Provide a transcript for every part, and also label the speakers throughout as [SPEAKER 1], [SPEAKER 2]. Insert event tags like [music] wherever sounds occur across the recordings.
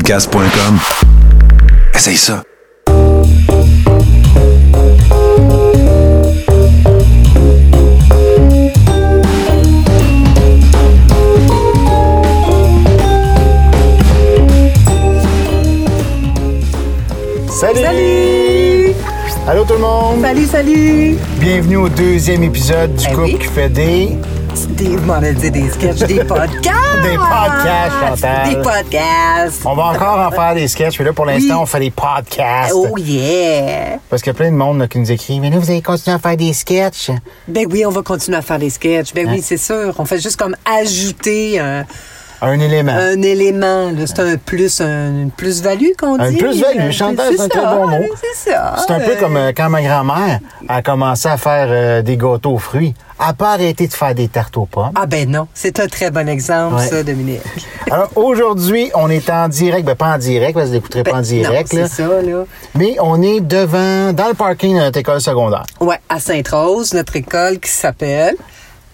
[SPEAKER 1] podcast.com. Essaye ça.
[SPEAKER 2] Salut!
[SPEAKER 3] Salut!
[SPEAKER 2] Allô tout le monde!
[SPEAKER 3] Salut, salut!
[SPEAKER 2] Bienvenue au deuxième épisode du
[SPEAKER 3] Eh
[SPEAKER 2] couple
[SPEAKER 3] oui.
[SPEAKER 2] qui fait des...
[SPEAKER 3] Dave m'en a dit des
[SPEAKER 2] [laughs]
[SPEAKER 3] sketchs, des podcasts!
[SPEAKER 2] Des podcasts, Chantal. Oh,
[SPEAKER 3] Des podcasts!
[SPEAKER 2] On va encore en faire des sketchs, mais là pour l'instant
[SPEAKER 3] Oui.
[SPEAKER 2] on fait des podcasts.
[SPEAKER 3] Oh yeah!
[SPEAKER 2] Parce qu'il y a plein de monde là, qui nous écrit, mais là vous allez continuer à faire des sketchs.
[SPEAKER 3] Ben oui, on va continuer à faire des sketchs. Ben
[SPEAKER 2] Hein?
[SPEAKER 3] oui, c'est sûr. On fait juste comme ajouter un,
[SPEAKER 2] Un élément.
[SPEAKER 3] un élément. là. C'est un plus, un, une plus-value qu'on
[SPEAKER 2] Un
[SPEAKER 3] dit.
[SPEAKER 2] plus-value,
[SPEAKER 3] Euh,
[SPEAKER 2] Chantal, c'est un
[SPEAKER 3] ça,
[SPEAKER 2] très bon mot.
[SPEAKER 3] C'est ça.
[SPEAKER 2] C'est un peu
[SPEAKER 3] Euh,
[SPEAKER 2] comme euh, quand ma grand-mère a commencé à faire euh, des gâteaux aux fruits. Elle n'a pas arrêté de faire des tartes aux
[SPEAKER 3] [laughs]
[SPEAKER 2] pommes.
[SPEAKER 3] Ah ben non, c'est un très bon exemple,
[SPEAKER 2] Ouais.
[SPEAKER 3] ça, Dominique.
[SPEAKER 2] Alors aujourd'hui, on est en direct. Ben pas en direct, parce que vous l'écouterez
[SPEAKER 3] Ben,
[SPEAKER 2] pas en direct.
[SPEAKER 3] non,
[SPEAKER 2] là.
[SPEAKER 3] c'est ça, là.
[SPEAKER 2] Mais on est devant, dans le parking de notre école secondaire.
[SPEAKER 3] Ouais, à Sainte-Rose, notre école qui s'appelle...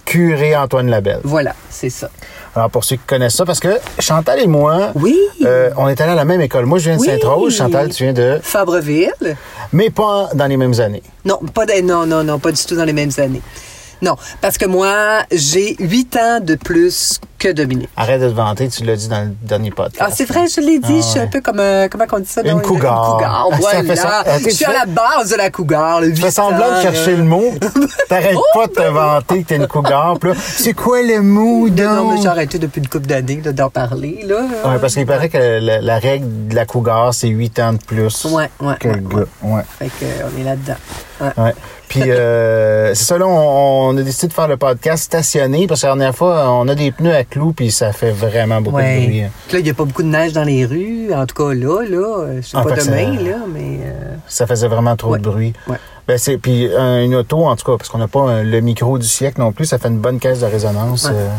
[SPEAKER 2] Curé Antoine Labelle.
[SPEAKER 3] Voilà, c'est ça.
[SPEAKER 2] Alors, pour ceux qui connaissent ça, parce que Chantal et moi,
[SPEAKER 3] Oui.
[SPEAKER 2] euh, on est allés à la même école. Moi, je viens de
[SPEAKER 3] Oui.
[SPEAKER 2] Sainte-Rose, Chantal, tu viens de...
[SPEAKER 3] Fabreville.
[SPEAKER 2] Mais pas dans les mêmes années.
[SPEAKER 3] Non, pas des- non, non, non, pas du tout dans les mêmes années. Non, parce que moi, j'ai huit ans de plus que Dominique.
[SPEAKER 2] Arrête de te vanter, tu l'as dit dans le dernier podcast.
[SPEAKER 3] Ah, c'est vrai, je l'ai dit, je suis un peu comme, un- comment on dit ça?
[SPEAKER 2] Une
[SPEAKER 3] donc,
[SPEAKER 2] cougar.
[SPEAKER 3] cougar,
[SPEAKER 2] Ah, ça
[SPEAKER 3] voilà.
[SPEAKER 2] fait ça- Ah, tu
[SPEAKER 3] je suis
[SPEAKER 2] fais-
[SPEAKER 3] à la base de la cougar, le
[SPEAKER 2] Tu fais semblant de chercher le
[SPEAKER 3] [laughs]
[SPEAKER 2] mot. T'arrêtes
[SPEAKER 3] Oh,
[SPEAKER 2] pas de
[SPEAKER 3] ben
[SPEAKER 2] te vanter que t'es une cougar. puis là, c'est quoi le mot, donc?
[SPEAKER 3] Non, mais j'ai arrêté depuis une couple d'années là, d'en parler, là.
[SPEAKER 2] Ouais, parce qu'il paraît que la, la règle de la cougar, c'est 8 ans de plus
[SPEAKER 3] Ouais, ouais,
[SPEAKER 2] que le
[SPEAKER 3] ouais,
[SPEAKER 2] gars. Ah, Ouais.
[SPEAKER 3] Fait que, euh, on est là-dedans. Ouais.
[SPEAKER 2] Ouais. Puis euh, [laughs] c'est ça, là, on, on a décidé de faire le podcast stationné parce que la dernière fois, on a des pneus à clous puis ça fait vraiment beaucoup de bruit.
[SPEAKER 3] Ouais. Puis Là, il n'y a pas beaucoup de neige dans les rues. En tout cas, là, là, euh, je sais
[SPEAKER 2] Ah,
[SPEAKER 3] pas
[SPEAKER 2] fait que
[SPEAKER 3] demain,
[SPEAKER 2] ça-
[SPEAKER 3] là, mais... euh,
[SPEAKER 2] Ça faisait vraiment trop
[SPEAKER 3] Ouais.
[SPEAKER 2] de bruit.
[SPEAKER 3] Ouais.
[SPEAKER 2] Ben c'est puis un- une auto en tout cas parce qu'on n'a pas un- le micro du siècle non plus, ça fait une bonne caisse de résonance.
[SPEAKER 3] Ouais.
[SPEAKER 2] euh.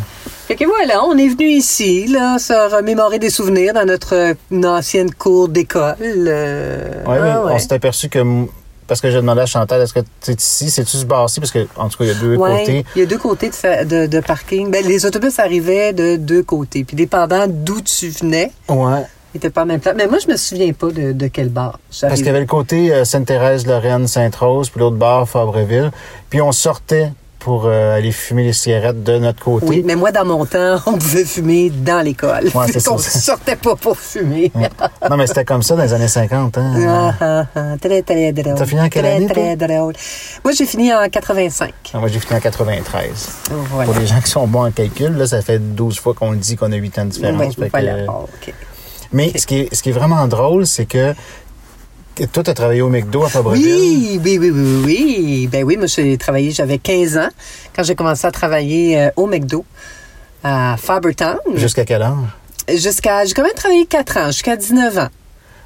[SPEAKER 3] Fait que voilà, on est venu ici, là, se remémorer des souvenirs dans notre euh, une ancienne cour d'école. euh,
[SPEAKER 2] Ouais, mais
[SPEAKER 3] ah ouais.
[SPEAKER 2] on s'est aperçu que m- parce que j'ai demandé à Chantal est-ce que tu es ici, c'est tu ce bar-ci parce que en tout cas il y a deux
[SPEAKER 3] Ouais,
[SPEAKER 2] côtés.
[SPEAKER 3] il y a deux côtés de, fa- de, de parking. Ben, les autobus arrivaient de deux côtés. Puis dépendant d'où tu venais,
[SPEAKER 2] Ouais.
[SPEAKER 3] ils n'étaient pas en même temps. Mais moi, je me souviens pas de, de quel bar.
[SPEAKER 2] Parce qu'il y avait le côté euh, Sainte-Thérèse, Lorraine, Sainte-Rose, puis l'autre bar, Fabreville. Puis on sortait pour euh, aller fumer les cigarettes de notre côté.
[SPEAKER 3] Oui, mais moi, dans mon temps, on pouvait fumer dans l'école.
[SPEAKER 2] Ouais, c'est
[SPEAKER 3] Fait [laughs]
[SPEAKER 2] ça.
[SPEAKER 3] qu'on sortait pas pour fumer.
[SPEAKER 2] non, mais c'était comme ça dans les années 50. Hein?
[SPEAKER 3] Ah, ah, ah, très, très drôle.
[SPEAKER 2] T'as fini en quelle
[SPEAKER 3] Très,
[SPEAKER 2] année,
[SPEAKER 3] très drôle. Moi, j'ai fini en 85.
[SPEAKER 2] Ah, Moi, j'ai fini en 93.
[SPEAKER 3] Voilà.
[SPEAKER 2] Pour les gens qui sont bons en calcul, là, ça fait 12 fois qu'on le dit qu'on a 8 ans de différence.
[SPEAKER 3] Ouais,
[SPEAKER 2] fait que-
[SPEAKER 3] voilà. Ah, OK.
[SPEAKER 2] Mais ce, qui est, ce qui est vraiment drôle, c'est que que toi, tu as travaillé au McDo à Fabreville.
[SPEAKER 3] Oui, oui, oui, oui, oui. Ben oui, moi, j'ai travaillé, j'avais 15 ans quand j'ai commencé à travailler euh, au McDo à Fabertown.
[SPEAKER 2] Jusqu'à quelle heure?
[SPEAKER 3] Jusqu'à, j'ai quand même travaillé 4 ans, jusqu'à 19 ans.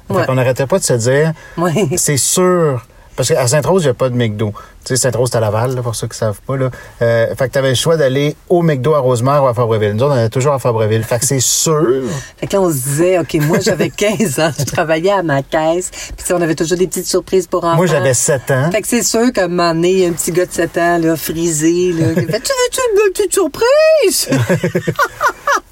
[SPEAKER 3] Ouais.
[SPEAKER 2] Fait qu'on n'arrêtait pas de se dire,
[SPEAKER 3] Ouais.
[SPEAKER 2] c'est sûr. Parce qu'à Sainte-Rose, il n'y a pas de McDo. Tu sais, Sainte-Rose, c'est à Laval, là, pour ceux qui ne savent pas. Là. Euh, fait que tu avais le choix d'aller au McDo à Rosemère ou à Fabreville. Nous autres, on allait toujours à Fabreville. Fait que c'est sûr.
[SPEAKER 3] Fait que là, on se disait, OK, moi, j'avais 15 ans, je travaillais à ma caisse. Puis, tu sais, on avait toujours des petites surprises pour enfants.
[SPEAKER 2] Moi, j'avais 7 ans.
[SPEAKER 3] Fait que c'est sûr qu'à un moment donné, il y a un petit gars de 7 ans, là, frisé, là, qui fait, tu veux-tu une bonne petite surprise?
[SPEAKER 2] Fait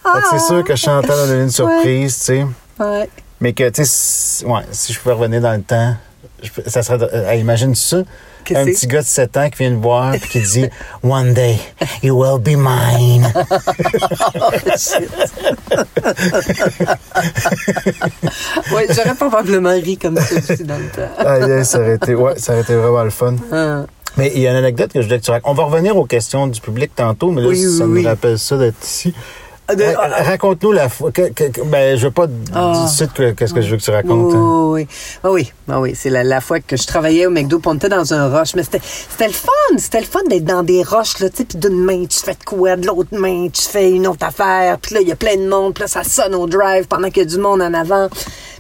[SPEAKER 3] Ah,
[SPEAKER 2] que c'est sûr que Chantal a donné une surprise, tu sais. [laughs]
[SPEAKER 3] ouais.
[SPEAKER 2] Mais que, tu sais, si- ouais, si je pouvais revenir dans le temps, je peux- ça serait. euh, hey, imagine ça.
[SPEAKER 3] Qu'est-ce
[SPEAKER 2] Un
[SPEAKER 3] que
[SPEAKER 2] petit gars de 7 ans qui vient me voir et qui dit One day, you will be mine.
[SPEAKER 3] [laughs] Ouais, j'aurais probablement ri comme ça aussi dans le temps.
[SPEAKER 2] Aïe, aïe, Ah, ça aurait été, ouais, ça aurait été vraiment le fun.
[SPEAKER 3] Ah.
[SPEAKER 2] Mais il y a une anecdote que je voulais que tu racontes. On va revenir aux questions du public tantôt, mais là,
[SPEAKER 3] Oui,
[SPEAKER 2] ça
[SPEAKER 3] oui,
[SPEAKER 2] nous
[SPEAKER 3] oui. Ah,
[SPEAKER 2] rappelle ça d'être ici.
[SPEAKER 3] De-
[SPEAKER 2] Ra- Raconte-nous la fois. que- que- que- ben, je veux pas
[SPEAKER 3] Ah.
[SPEAKER 2] dire site que, qu'est-ce que je veux que tu racontes. hein.
[SPEAKER 3] Oui, oui, oui. Ah oui, ah oui. C'est la, la fois que je travaillais au McDo, puis on était dans un rush. Mais c'était c'était le fun. C'était le fun d'être dans des rushs, là, tu sais. Puis d'une main, tu fais de quoi, de l'autre main, tu fais une autre affaire. Puis là, il y a plein de monde. Puis là, ça sonne au drive pendant qu'il y a du monde en avant.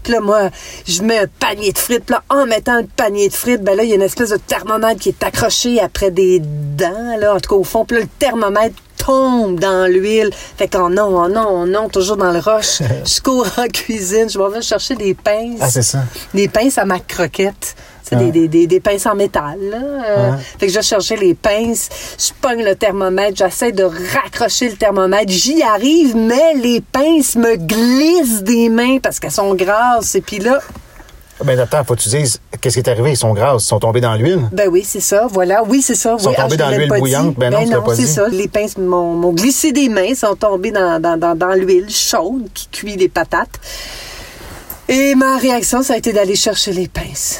[SPEAKER 3] Puis là, moi, je mets un panier de frites. Puis là, en mettant le panier de frites, ben là, il y a une espèce de thermomètre qui est accroché après des dents, là, en tout cas au fond. Puis là, le thermomètre tombe dans l'huile. Fait qu'en non, en non, en non, toujours dans le rush.
[SPEAKER 2] [laughs]
[SPEAKER 3] je cours en cuisine, je m'en vais chercher des pinces
[SPEAKER 2] Ah, c'est ça.
[SPEAKER 3] des pinces à ma croquette. Tu sais, des, des, des, des pinces en métal. là. Euh,
[SPEAKER 2] Ouais.
[SPEAKER 3] Fait que je cherchais les pinces, je pogne le thermomètre, j'essaie de raccrocher le thermomètre, j'y arrive, mais les pinces me glissent des mains parce qu'elles sont grasses. Et puis là,
[SPEAKER 2] Ben attends, faut que tu dises qu'est-ce qui est arrivé. Ils sont grasses, ils sont tombés dans l'huile.
[SPEAKER 3] ben oui, c'est ça, voilà, oui, c'est ça.
[SPEAKER 2] Hein? Sont
[SPEAKER 3] oui, Ah,
[SPEAKER 2] tombés
[SPEAKER 3] je
[SPEAKER 2] dans
[SPEAKER 3] l'avais
[SPEAKER 2] l'huile
[SPEAKER 3] pas dit.
[SPEAKER 2] bouillante. Ben non, tu l'as pas
[SPEAKER 3] c'est
[SPEAKER 2] dit.
[SPEAKER 3] ça. Les pinces m'ont m'ont glissé des mains, sont tombées dans, dans, dans, dans l'huile chaude qui cuit les patates. Et ma réaction, ça a été d'aller chercher les pinces.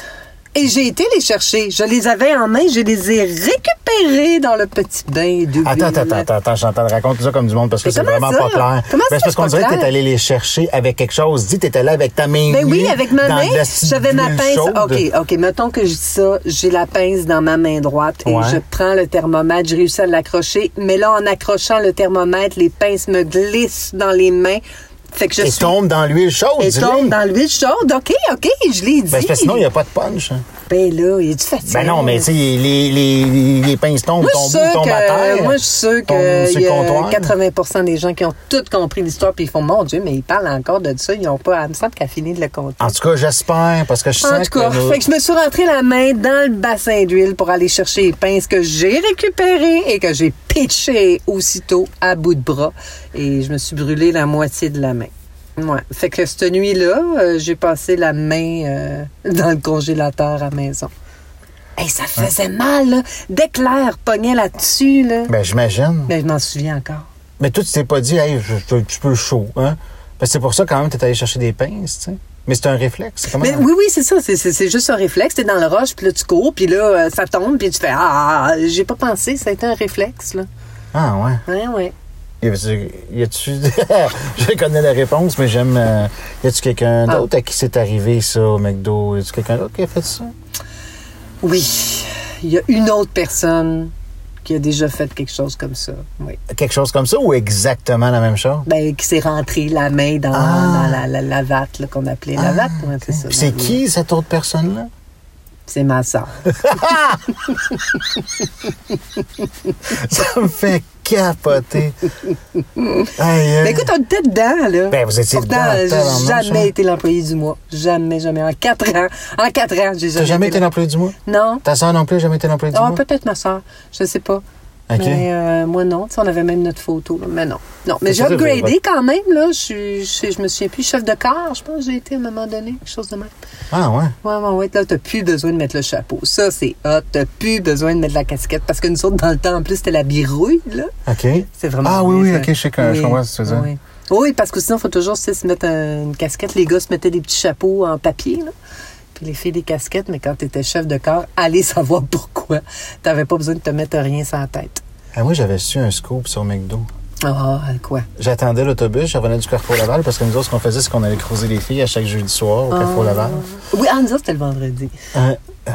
[SPEAKER 3] Et j'ai été les chercher. Je les avais en main, je les ai récupérées dans le petit bain d'huile.
[SPEAKER 2] Attends, attends, attends, attends, attends, Chantal, raconte tout ça comme du monde parce que
[SPEAKER 3] Mais
[SPEAKER 2] c'est
[SPEAKER 3] comment
[SPEAKER 2] vraiment
[SPEAKER 3] ça?
[SPEAKER 2] pas clair.
[SPEAKER 3] Comment ça,
[SPEAKER 2] Ben, c'est parce
[SPEAKER 3] c'est pas
[SPEAKER 2] qu'on dirait que
[SPEAKER 3] clair?
[SPEAKER 2] t'es allé les chercher avec quelque chose. Dis, t'es allé avec ta main
[SPEAKER 3] Ben oui,
[SPEAKER 2] nue
[SPEAKER 3] avec ma
[SPEAKER 2] dans
[SPEAKER 3] main,
[SPEAKER 2] de la petite
[SPEAKER 3] j'avais ma
[SPEAKER 2] huile
[SPEAKER 3] pince.
[SPEAKER 2] chaude.
[SPEAKER 3] OK, OK, mettons que je dis ça, j'ai la pince dans ma main droite et
[SPEAKER 2] Ouais.
[SPEAKER 3] je prends le thermomètre, je réussis à l'accrocher, mais là, en accrochant le thermomètre, les pinces me glissent dans les mains. Fait que je
[SPEAKER 2] Et
[SPEAKER 3] suis...
[SPEAKER 2] tombe dans l'huile chaude,
[SPEAKER 3] et
[SPEAKER 2] dis-le.
[SPEAKER 3] tombe dans l'huile chaude. OK, OK, je l'ai dit.
[SPEAKER 2] Ben, c'est parce que sinon, il n'y a pas de punch. hein.
[SPEAKER 3] Ben là, il est du fatigué.
[SPEAKER 2] Ben non, mais tu sais, les, les, les pinces tombent,
[SPEAKER 3] Moi, je
[SPEAKER 2] tombent,
[SPEAKER 3] suis sûre
[SPEAKER 2] tombent à
[SPEAKER 3] que,
[SPEAKER 2] terre.
[SPEAKER 3] moi, je suis sûre
[SPEAKER 2] tombent sur
[SPEAKER 3] que
[SPEAKER 2] le
[SPEAKER 3] y
[SPEAKER 2] comptoir.
[SPEAKER 3] a 80 des gens qui ont tout compris l'histoire, puis ils font, mon Dieu, mais ils parlent encore de ça, ils n'ont pas, il me semble qu'elle a fini de le compter.
[SPEAKER 2] En tout cas, j'espère, parce que je
[SPEAKER 3] En
[SPEAKER 2] sens
[SPEAKER 3] tout cas,
[SPEAKER 2] que... nos-
[SPEAKER 3] fait que je me suis rentrée la main dans le bassin d'huile pour aller chercher les pinces que j'ai récupérées et que j'ai pitchées aussitôt à bout de bras. Et je me suis brûlé la moitié de la main. Ouais. Fait que cette nuit-là, euh, j'ai passé la main euh, dans le congélateur à maison. Hey, ça faisait mal, là. Dès que l'air pognait là-dessus, là.
[SPEAKER 2] Ben, j'imagine.
[SPEAKER 3] Ben, je m'en souviens encore.
[SPEAKER 2] Mais toi, tu t'es pas dit, hey, je suis un petit peu chaud, hein? Parce que c'est pour ça, quand même, t'es allé chercher des pinces, tu sais. Mais c'est un réflexe, comment?
[SPEAKER 3] Mais oui, oui, c'est ça. C'est- C'est c'est juste un réflexe. T'es dans le rush, puis là, tu cours, puis là, euh, ça tombe, puis tu fais Ah, ah, ah. j'ai pas pensé. Ça a été un réflexe, là.
[SPEAKER 2] Ah, ouais.
[SPEAKER 3] Ouais, Hein, ouais.
[SPEAKER 2] Y a-tu- Y a-tu. [laughs] je connais la réponse, mais j'aime. euh, Y a-tu quelqu'un
[SPEAKER 3] Ah.
[SPEAKER 2] d'autre à qui c'est arrivé, ça, au McDo? Y a-tu quelqu'un d'autre qui a fait ça?
[SPEAKER 3] Oui. Il y a une autre personne qui a déjà fait quelque chose comme ça. Oui.
[SPEAKER 2] Quelque chose comme ça ou exactement la même chose?
[SPEAKER 3] Ben, qui s'est rentré la main dans,
[SPEAKER 2] Ah.
[SPEAKER 3] dans la, la, la vatte, là, qu'on appelait la vatte. ouais, c'est ça.
[SPEAKER 2] Puis c'est
[SPEAKER 3] Oui.
[SPEAKER 2] qui, Euh. cette autre personne-là? [laughs]
[SPEAKER 3] C'est ma soeur.
[SPEAKER 2] ça me fait
[SPEAKER 3] [laughs]
[SPEAKER 2] capoter. Aïe, aïe.
[SPEAKER 3] Ben, écoute, on était dedans, là.
[SPEAKER 2] Ben, vous étiez
[SPEAKER 3] Pourtant, euh,
[SPEAKER 2] dedans,
[SPEAKER 3] j'ai
[SPEAKER 2] tabarnouche, hein.
[SPEAKER 3] jamais été l'employé du mois. Jamais, jamais. En quatre ans. En quatre ans, j'ai
[SPEAKER 2] T'as
[SPEAKER 3] jamais,
[SPEAKER 2] jamais été l'employé du mois?
[SPEAKER 3] Non.
[SPEAKER 2] Ta soeur non plus a jamais été l'employé du
[SPEAKER 3] Ah,
[SPEAKER 2] mois?
[SPEAKER 3] peut-être ma soeur. Je sais pas.
[SPEAKER 2] OK.
[SPEAKER 3] Mais euh, moi, non. Tu sais, on avait même notre photo. là. Mais non. Non, mais
[SPEAKER 2] Mais
[SPEAKER 3] j'ai
[SPEAKER 2] ça, c'est vrai.
[SPEAKER 3] upgradé quand même. Là. Je, suis- je, suis- je me souviens plus. Chef de corps, je pense que j'ai été à un moment donné. Quelque chose de même.
[SPEAKER 2] Ah, ouais.
[SPEAKER 3] Ouais, ouais, ouais. Là, t'as plus besoin de mettre le chapeau. Ça, c'est hot. T'as plus besoin de mettre la casquette. Parce que nous autres, dans le temps, en plus, c'était la birouille, là.
[SPEAKER 2] OK.
[SPEAKER 3] C'est vraiment.
[SPEAKER 2] Ah oui, oui,
[SPEAKER 3] bien, ça.
[SPEAKER 2] ok, je sais que- je comprends ce que tu veux dire.
[SPEAKER 3] Oui. Oui, parce que sinon, faut toujours tu sais, se mettre un- une casquette. Les gars se mettaient des petits chapeaux en papier, là. Puis les filles des casquettes, mais quand t'étais chef de corps, allez savoir pourquoi. T'avais pas besoin de te mettre rien sur la tête.
[SPEAKER 2] Ah, moi, j'avais su un scoop sur McDo.
[SPEAKER 3] Ah, quoi?
[SPEAKER 2] J'attendais l'autobus, je revenais du Carrefour Laval parce que nous autres, ce qu'on faisait, c'est qu'on allait croiser les filles à chaque jeudi soir au Carrefour Laval.
[SPEAKER 3] Oui, ah, nous autres, c'était le vendredi.
[SPEAKER 2] Euh, euh,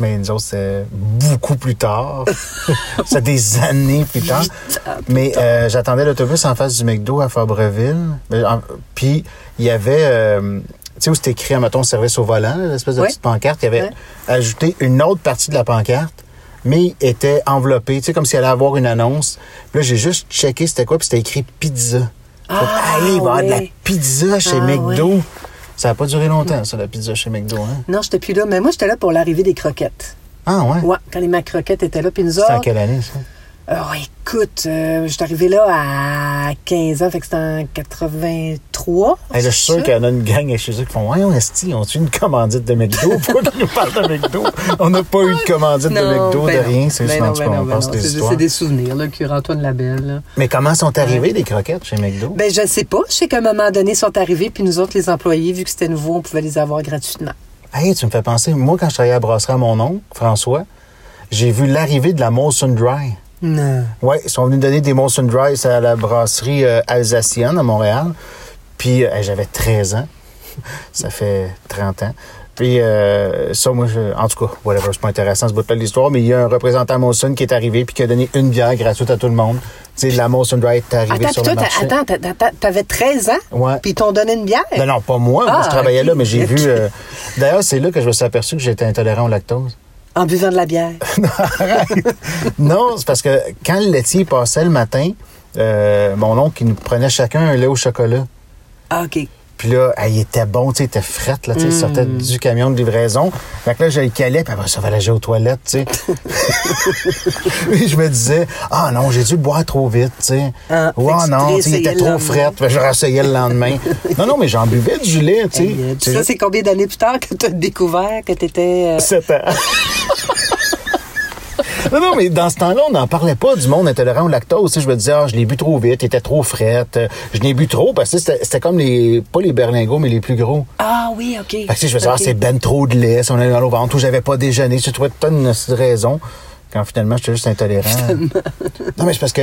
[SPEAKER 2] mais nous autres, c'était beaucoup plus tard. [laughs] c'est des années plus tard. Mais euh, j'attendais l'autobus en face du McDo à Fabreville. Mais, en- Puis il y avait, euh, tu sais, où c'était écrit, mettons, service au volant, là, l'espèce de
[SPEAKER 3] Ouais.
[SPEAKER 2] petite pancarte. Il y avait
[SPEAKER 3] Ouais.
[SPEAKER 2] ajouté une autre partie de la pancarte, mais était enveloppée, tu sais, comme s'il allait avoir une annonce. Puis là, j'ai juste checké c'était quoi, puis c'était écrit pizza. J'ai fait,
[SPEAKER 3] Ah,
[SPEAKER 2] allez, il va y avoir de la
[SPEAKER 3] ouais.
[SPEAKER 2] pizza chez
[SPEAKER 3] Ah,
[SPEAKER 2] McDo. Ça n'a pas duré longtemps, ça, la pizza chez McDo. Hein?
[SPEAKER 3] Non, j'étais plus là, mais moi, j'étais là pour l'arrivée des croquettes.
[SPEAKER 2] Ah, ouais.
[SPEAKER 3] Ouais, quand les macroquettes étaient là, puis nous
[SPEAKER 2] C'était en
[SPEAKER 3] autres.
[SPEAKER 2] quelle année, ça?
[SPEAKER 3] Oh, écoute, euh, je suis arrivée là à 15 ans, fait que c'était en 83.
[SPEAKER 2] Hey, là, je suis sûr qu'il y en a une gang chez eux qui font Ouais, on esti, on a une commandite de McDo Pourquoi qu'ils nous parlent de McDo On n'a pas eu de commandite de
[SPEAKER 3] Non,
[SPEAKER 2] McDo,
[SPEAKER 3] ben
[SPEAKER 2] de
[SPEAKER 3] non.
[SPEAKER 2] rien, c'est
[SPEAKER 3] Ben
[SPEAKER 2] juste
[SPEAKER 3] non,
[SPEAKER 2] en tout
[SPEAKER 3] ben
[SPEAKER 2] cas,
[SPEAKER 3] non,
[SPEAKER 2] on
[SPEAKER 3] ben
[SPEAKER 2] pense
[SPEAKER 3] non.
[SPEAKER 2] des
[SPEAKER 3] C'est juste-
[SPEAKER 2] histoires.
[SPEAKER 3] C'est des souvenirs, là, que Antoine Labelle, là.
[SPEAKER 2] Mais comment sont arrivées les croquettes chez McDo
[SPEAKER 3] Ben, je sais pas. Je sais qu'à un moment donné, ils sont arrivés, puis nous autres, les employés, vu que c'était nouveau, on pouvait les avoir gratuitement.
[SPEAKER 2] Hey, tu me fais penser, moi, quand je travaillais à Brasserie à mon oncle, François, j'ai vu l'arrivée de la Molson Dry.
[SPEAKER 3] Non.
[SPEAKER 2] Oui, ils sont venus donner des Molson Dry c'est à la brasserie euh, alsacienne à Montréal. Puis euh, hey, j'avais 13 ans. [laughs] Ça fait 30 ans. Puis euh, ça, moi, je- en tout cas, whatever, c'est pas intéressant ce bout-là de l'histoire, mais il y a un représentant Molson qui est arrivé puis qui a donné une bière gratuite à tout le monde. Tu sais, la Molson Dry est arrivée
[SPEAKER 3] Attends,
[SPEAKER 2] sur
[SPEAKER 3] puis
[SPEAKER 2] le
[SPEAKER 3] toi,
[SPEAKER 2] marché.
[SPEAKER 3] t'as- attends, t'as- t'as- t'avais 13 ans,
[SPEAKER 2] Ouais. Ben
[SPEAKER 3] puis ils t'ont donné une bière?
[SPEAKER 2] Non, non, pas moi. moi,
[SPEAKER 3] Ah,
[SPEAKER 2] je travaillais
[SPEAKER 3] ok.
[SPEAKER 2] là, mais j'ai
[SPEAKER 3] Ok.
[SPEAKER 2] vu... euh, D'ailleurs, c'est là que je me suis aperçu que j'étais intolérant au lactose.
[SPEAKER 3] En buvant de
[SPEAKER 2] [laughs]
[SPEAKER 3] la bière.
[SPEAKER 2] Non, c'est parce que quand le laitier passait le matin, euh, mon oncle, il nous prenait chacun un lait au chocolat.
[SPEAKER 3] Ah, OK.
[SPEAKER 2] Puis là, hey, il était bon, tu sais, il était fret, là, tu sais, il
[SPEAKER 3] Mm.
[SPEAKER 2] sortait du camion de livraison. Fait que là, je le calais, puis après, ça fallait que j'aille aux toilettes,
[SPEAKER 3] [laughs]
[SPEAKER 2] tu sais. [laughs] Puis je me disais, ah non, j'ai dû le boire trop vite, tu sais.
[SPEAKER 3] Ah,
[SPEAKER 2] Ou,
[SPEAKER 3] fait
[SPEAKER 2] ah
[SPEAKER 3] que tu te
[SPEAKER 2] non, tu sais, il était
[SPEAKER 3] réessayais le
[SPEAKER 2] trop
[SPEAKER 3] lendemain.
[SPEAKER 2] fret, Fait que je rassayais le lendemain. non, non, mais j'en buvais du lait, tu sais.
[SPEAKER 3] Hey, euh,
[SPEAKER 2] C'est
[SPEAKER 3] ça,
[SPEAKER 2] juste
[SPEAKER 3] c'est combien d'années plus tard que tu as découvert que euh, tu étais.
[SPEAKER 2] sept ans. [laughs] Non, non, mais dans ce temps-là, on n'en parlait pas du monde intolérant au lactose. Tu sais, je me disais, ah, je l'ai bu trop vite, il était trop fret, euh, je l'ai bu trop, parce que c'était c'était comme les, pas les berlingots, mais les plus gros.
[SPEAKER 3] Ah oui, OK.
[SPEAKER 2] Fait que, tu sais, je me disais, ah, c'est ben trop de lait, si on avait mal au ventre, ou j'avais pas déjeuné, tu trouvais tant de raisons. Quand finalement, j'étais juste intolérant. non, mais c'est parce que,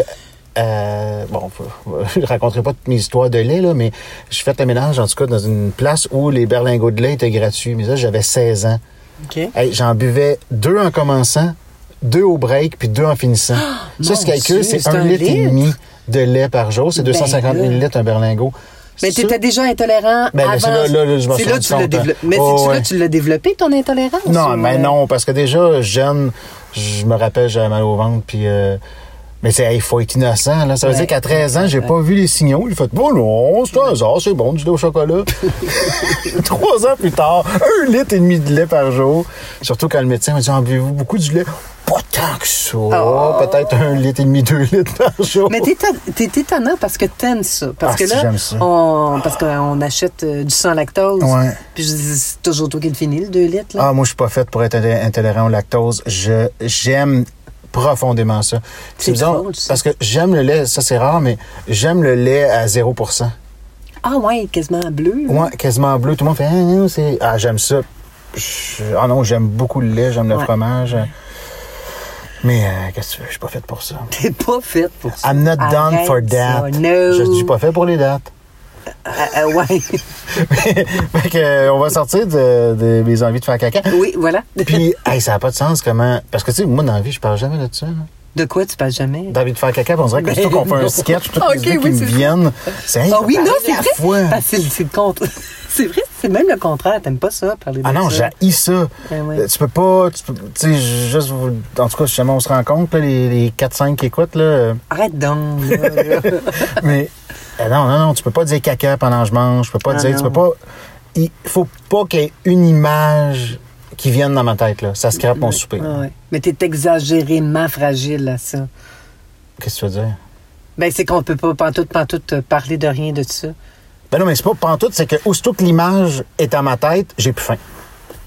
[SPEAKER 2] euh, bon, [laughs] je raconterai pas toutes mes histoires de lait, là, mais je fait le ménage, en tout cas, dans une place où les berlingots de lait étaient gratuits. Mais ça, j'avais 16 ans.
[SPEAKER 3] OK.
[SPEAKER 2] Hey, j'en buvais deux en commençant, deux au break, puis deux en
[SPEAKER 3] [gasps]
[SPEAKER 2] finissant. ça, ce
[SPEAKER 3] Oh, mon
[SPEAKER 2] calcul,
[SPEAKER 3] Dieu,
[SPEAKER 2] c'est
[SPEAKER 3] c'est
[SPEAKER 2] un
[SPEAKER 3] un
[SPEAKER 2] litre et
[SPEAKER 3] litre.
[SPEAKER 2] demi de lait par jour. C'est
[SPEAKER 3] Ben
[SPEAKER 2] 250
[SPEAKER 3] là. Ben,
[SPEAKER 2] millilitres un berlingot.
[SPEAKER 3] Mais
[SPEAKER 2] Ça-
[SPEAKER 3] tu étais déjà intolérant
[SPEAKER 2] Ben, là,
[SPEAKER 3] avant.
[SPEAKER 2] c'est là- là, là, je m'en
[SPEAKER 3] C'est
[SPEAKER 2] suis
[SPEAKER 3] là
[SPEAKER 2] rendu
[SPEAKER 3] tu l'as
[SPEAKER 2] compte, hein.
[SPEAKER 3] développé. Mais
[SPEAKER 2] Oh,
[SPEAKER 3] c'est-tu
[SPEAKER 2] ouais.
[SPEAKER 3] là tu l'as développé, ton intolérance?
[SPEAKER 2] Non,
[SPEAKER 3] ou,
[SPEAKER 2] mais
[SPEAKER 3] euh,
[SPEAKER 2] non, parce que déjà, jeune, je me rappelle, j'avais mal au ventre, puis... euh, mais c'est, il faut être innocent, là. Ça veut
[SPEAKER 3] Ouais.
[SPEAKER 2] dire qu'à 13 ans, j'ai pas vu les signaux. Il fait, bon, non, c'est un hasard, c'est bon, du lait au
[SPEAKER 3] [laughs]
[SPEAKER 2] chocolat. Trois ans plus tard, un litre et demi de lait par jour. Surtout quand le médecin m'a dit, en buvez-vous beaucoup du lait? Pas tant que ça. Peut-être un litre et demi, deux litres par jour.
[SPEAKER 3] Oh. Mais t'es éton- t'es étonnant parce que t'aimes ça. Parce
[SPEAKER 2] Ah,
[SPEAKER 3] que
[SPEAKER 2] si,
[SPEAKER 3] là,
[SPEAKER 2] j'aime ça.
[SPEAKER 3] on, parce qu'on achète euh, du sans lactose.
[SPEAKER 2] Ouais.
[SPEAKER 3] Puis je dis, c'est toujours toi qui le finis, le 2 litres. Là.
[SPEAKER 2] Ah, moi, je suis pas faite pour être inté- intolérant au lactose. Je j'aime profondément ça.
[SPEAKER 3] C'est
[SPEAKER 2] bizarre,
[SPEAKER 3] drôle, ça.
[SPEAKER 2] parce que j'aime le lait, ça c'est rare, mais j'aime le lait à 0%.
[SPEAKER 3] Ah, ouais, quasiment bleu. là.
[SPEAKER 2] Moi, quasiment bleu, tout le monde fait ah, non, c'est ah j'aime ça. Je- Ah non, j'aime beaucoup le lait, j'aime le
[SPEAKER 3] Ouais.
[SPEAKER 2] fromage. Mais euh, qu'est-ce que tu veux, je suis pas faite pour ça.
[SPEAKER 3] [laughs] T'es pas faite pour ça.
[SPEAKER 2] I'm not done
[SPEAKER 3] Arrête
[SPEAKER 2] for
[SPEAKER 3] ça,
[SPEAKER 2] that.
[SPEAKER 3] No.
[SPEAKER 2] Je suis pas fait pour les dates. [laughs]
[SPEAKER 3] Ah, ah, ouais. [laughs]
[SPEAKER 2] fait que, euh, on va sortir de, de mes envies de faire caca.
[SPEAKER 3] oui, voilà.
[SPEAKER 2] Puis, hey, ça n'a pas de sens comment. Parce que, tu sais, moi, dans la vie, je parle jamais de ça. là.
[SPEAKER 3] De quoi tu parles jamais?
[SPEAKER 2] d'envie de faire caca, puis on dirait que
[SPEAKER 3] Ben
[SPEAKER 2] surtout qu'on fait un
[SPEAKER 3] non.
[SPEAKER 2] sketch, toutes
[SPEAKER 3] Ok,
[SPEAKER 2] les idées
[SPEAKER 3] oui,
[SPEAKER 2] qui me
[SPEAKER 3] c'est ça.
[SPEAKER 2] viennent, c'est hey,
[SPEAKER 3] Ah oui,
[SPEAKER 2] Hein, faut
[SPEAKER 3] non,
[SPEAKER 2] parler
[SPEAKER 3] c'est
[SPEAKER 2] à
[SPEAKER 3] vrai.
[SPEAKER 2] fois.
[SPEAKER 3] Parce que c'est- c'est le contre. [laughs] c'est vrai, c'est même le contraire. T'aimes pas ça, parler de
[SPEAKER 2] Ah non,
[SPEAKER 3] ça.
[SPEAKER 2] j'haïs ça.
[SPEAKER 3] Ben ouais.
[SPEAKER 2] Euh, Tu peux pas, tu peux- tu sais, juste, vous- en tout cas, si jamais on se rencontre, là, les, les 4-5 qui écoutent, là, euh,
[SPEAKER 3] Arrête donc.
[SPEAKER 2] [laughs]
[SPEAKER 3] là, là.
[SPEAKER 2] mais euh, non, non, non, tu peux pas dire caca pendant que je mange, tu peux pas
[SPEAKER 3] Ah
[SPEAKER 2] dire, tu
[SPEAKER 3] non.
[SPEAKER 2] peux pas, il faut pas qu'il y ait une image qui vienne dans ma tête, là. Ça scrape mon souper.
[SPEAKER 3] Ah ouais. Mais t'es exagérément fragile à ça.
[SPEAKER 2] Qu'est-ce que tu veux dire?
[SPEAKER 3] Ben, c'est qu'on peut pas pantoute, pantoute euh, parler de rien de ça.
[SPEAKER 2] Ben non, mais c'est pas pantoute, c'est que aussitôt que l'image est dans ma tête, j'ai plus faim.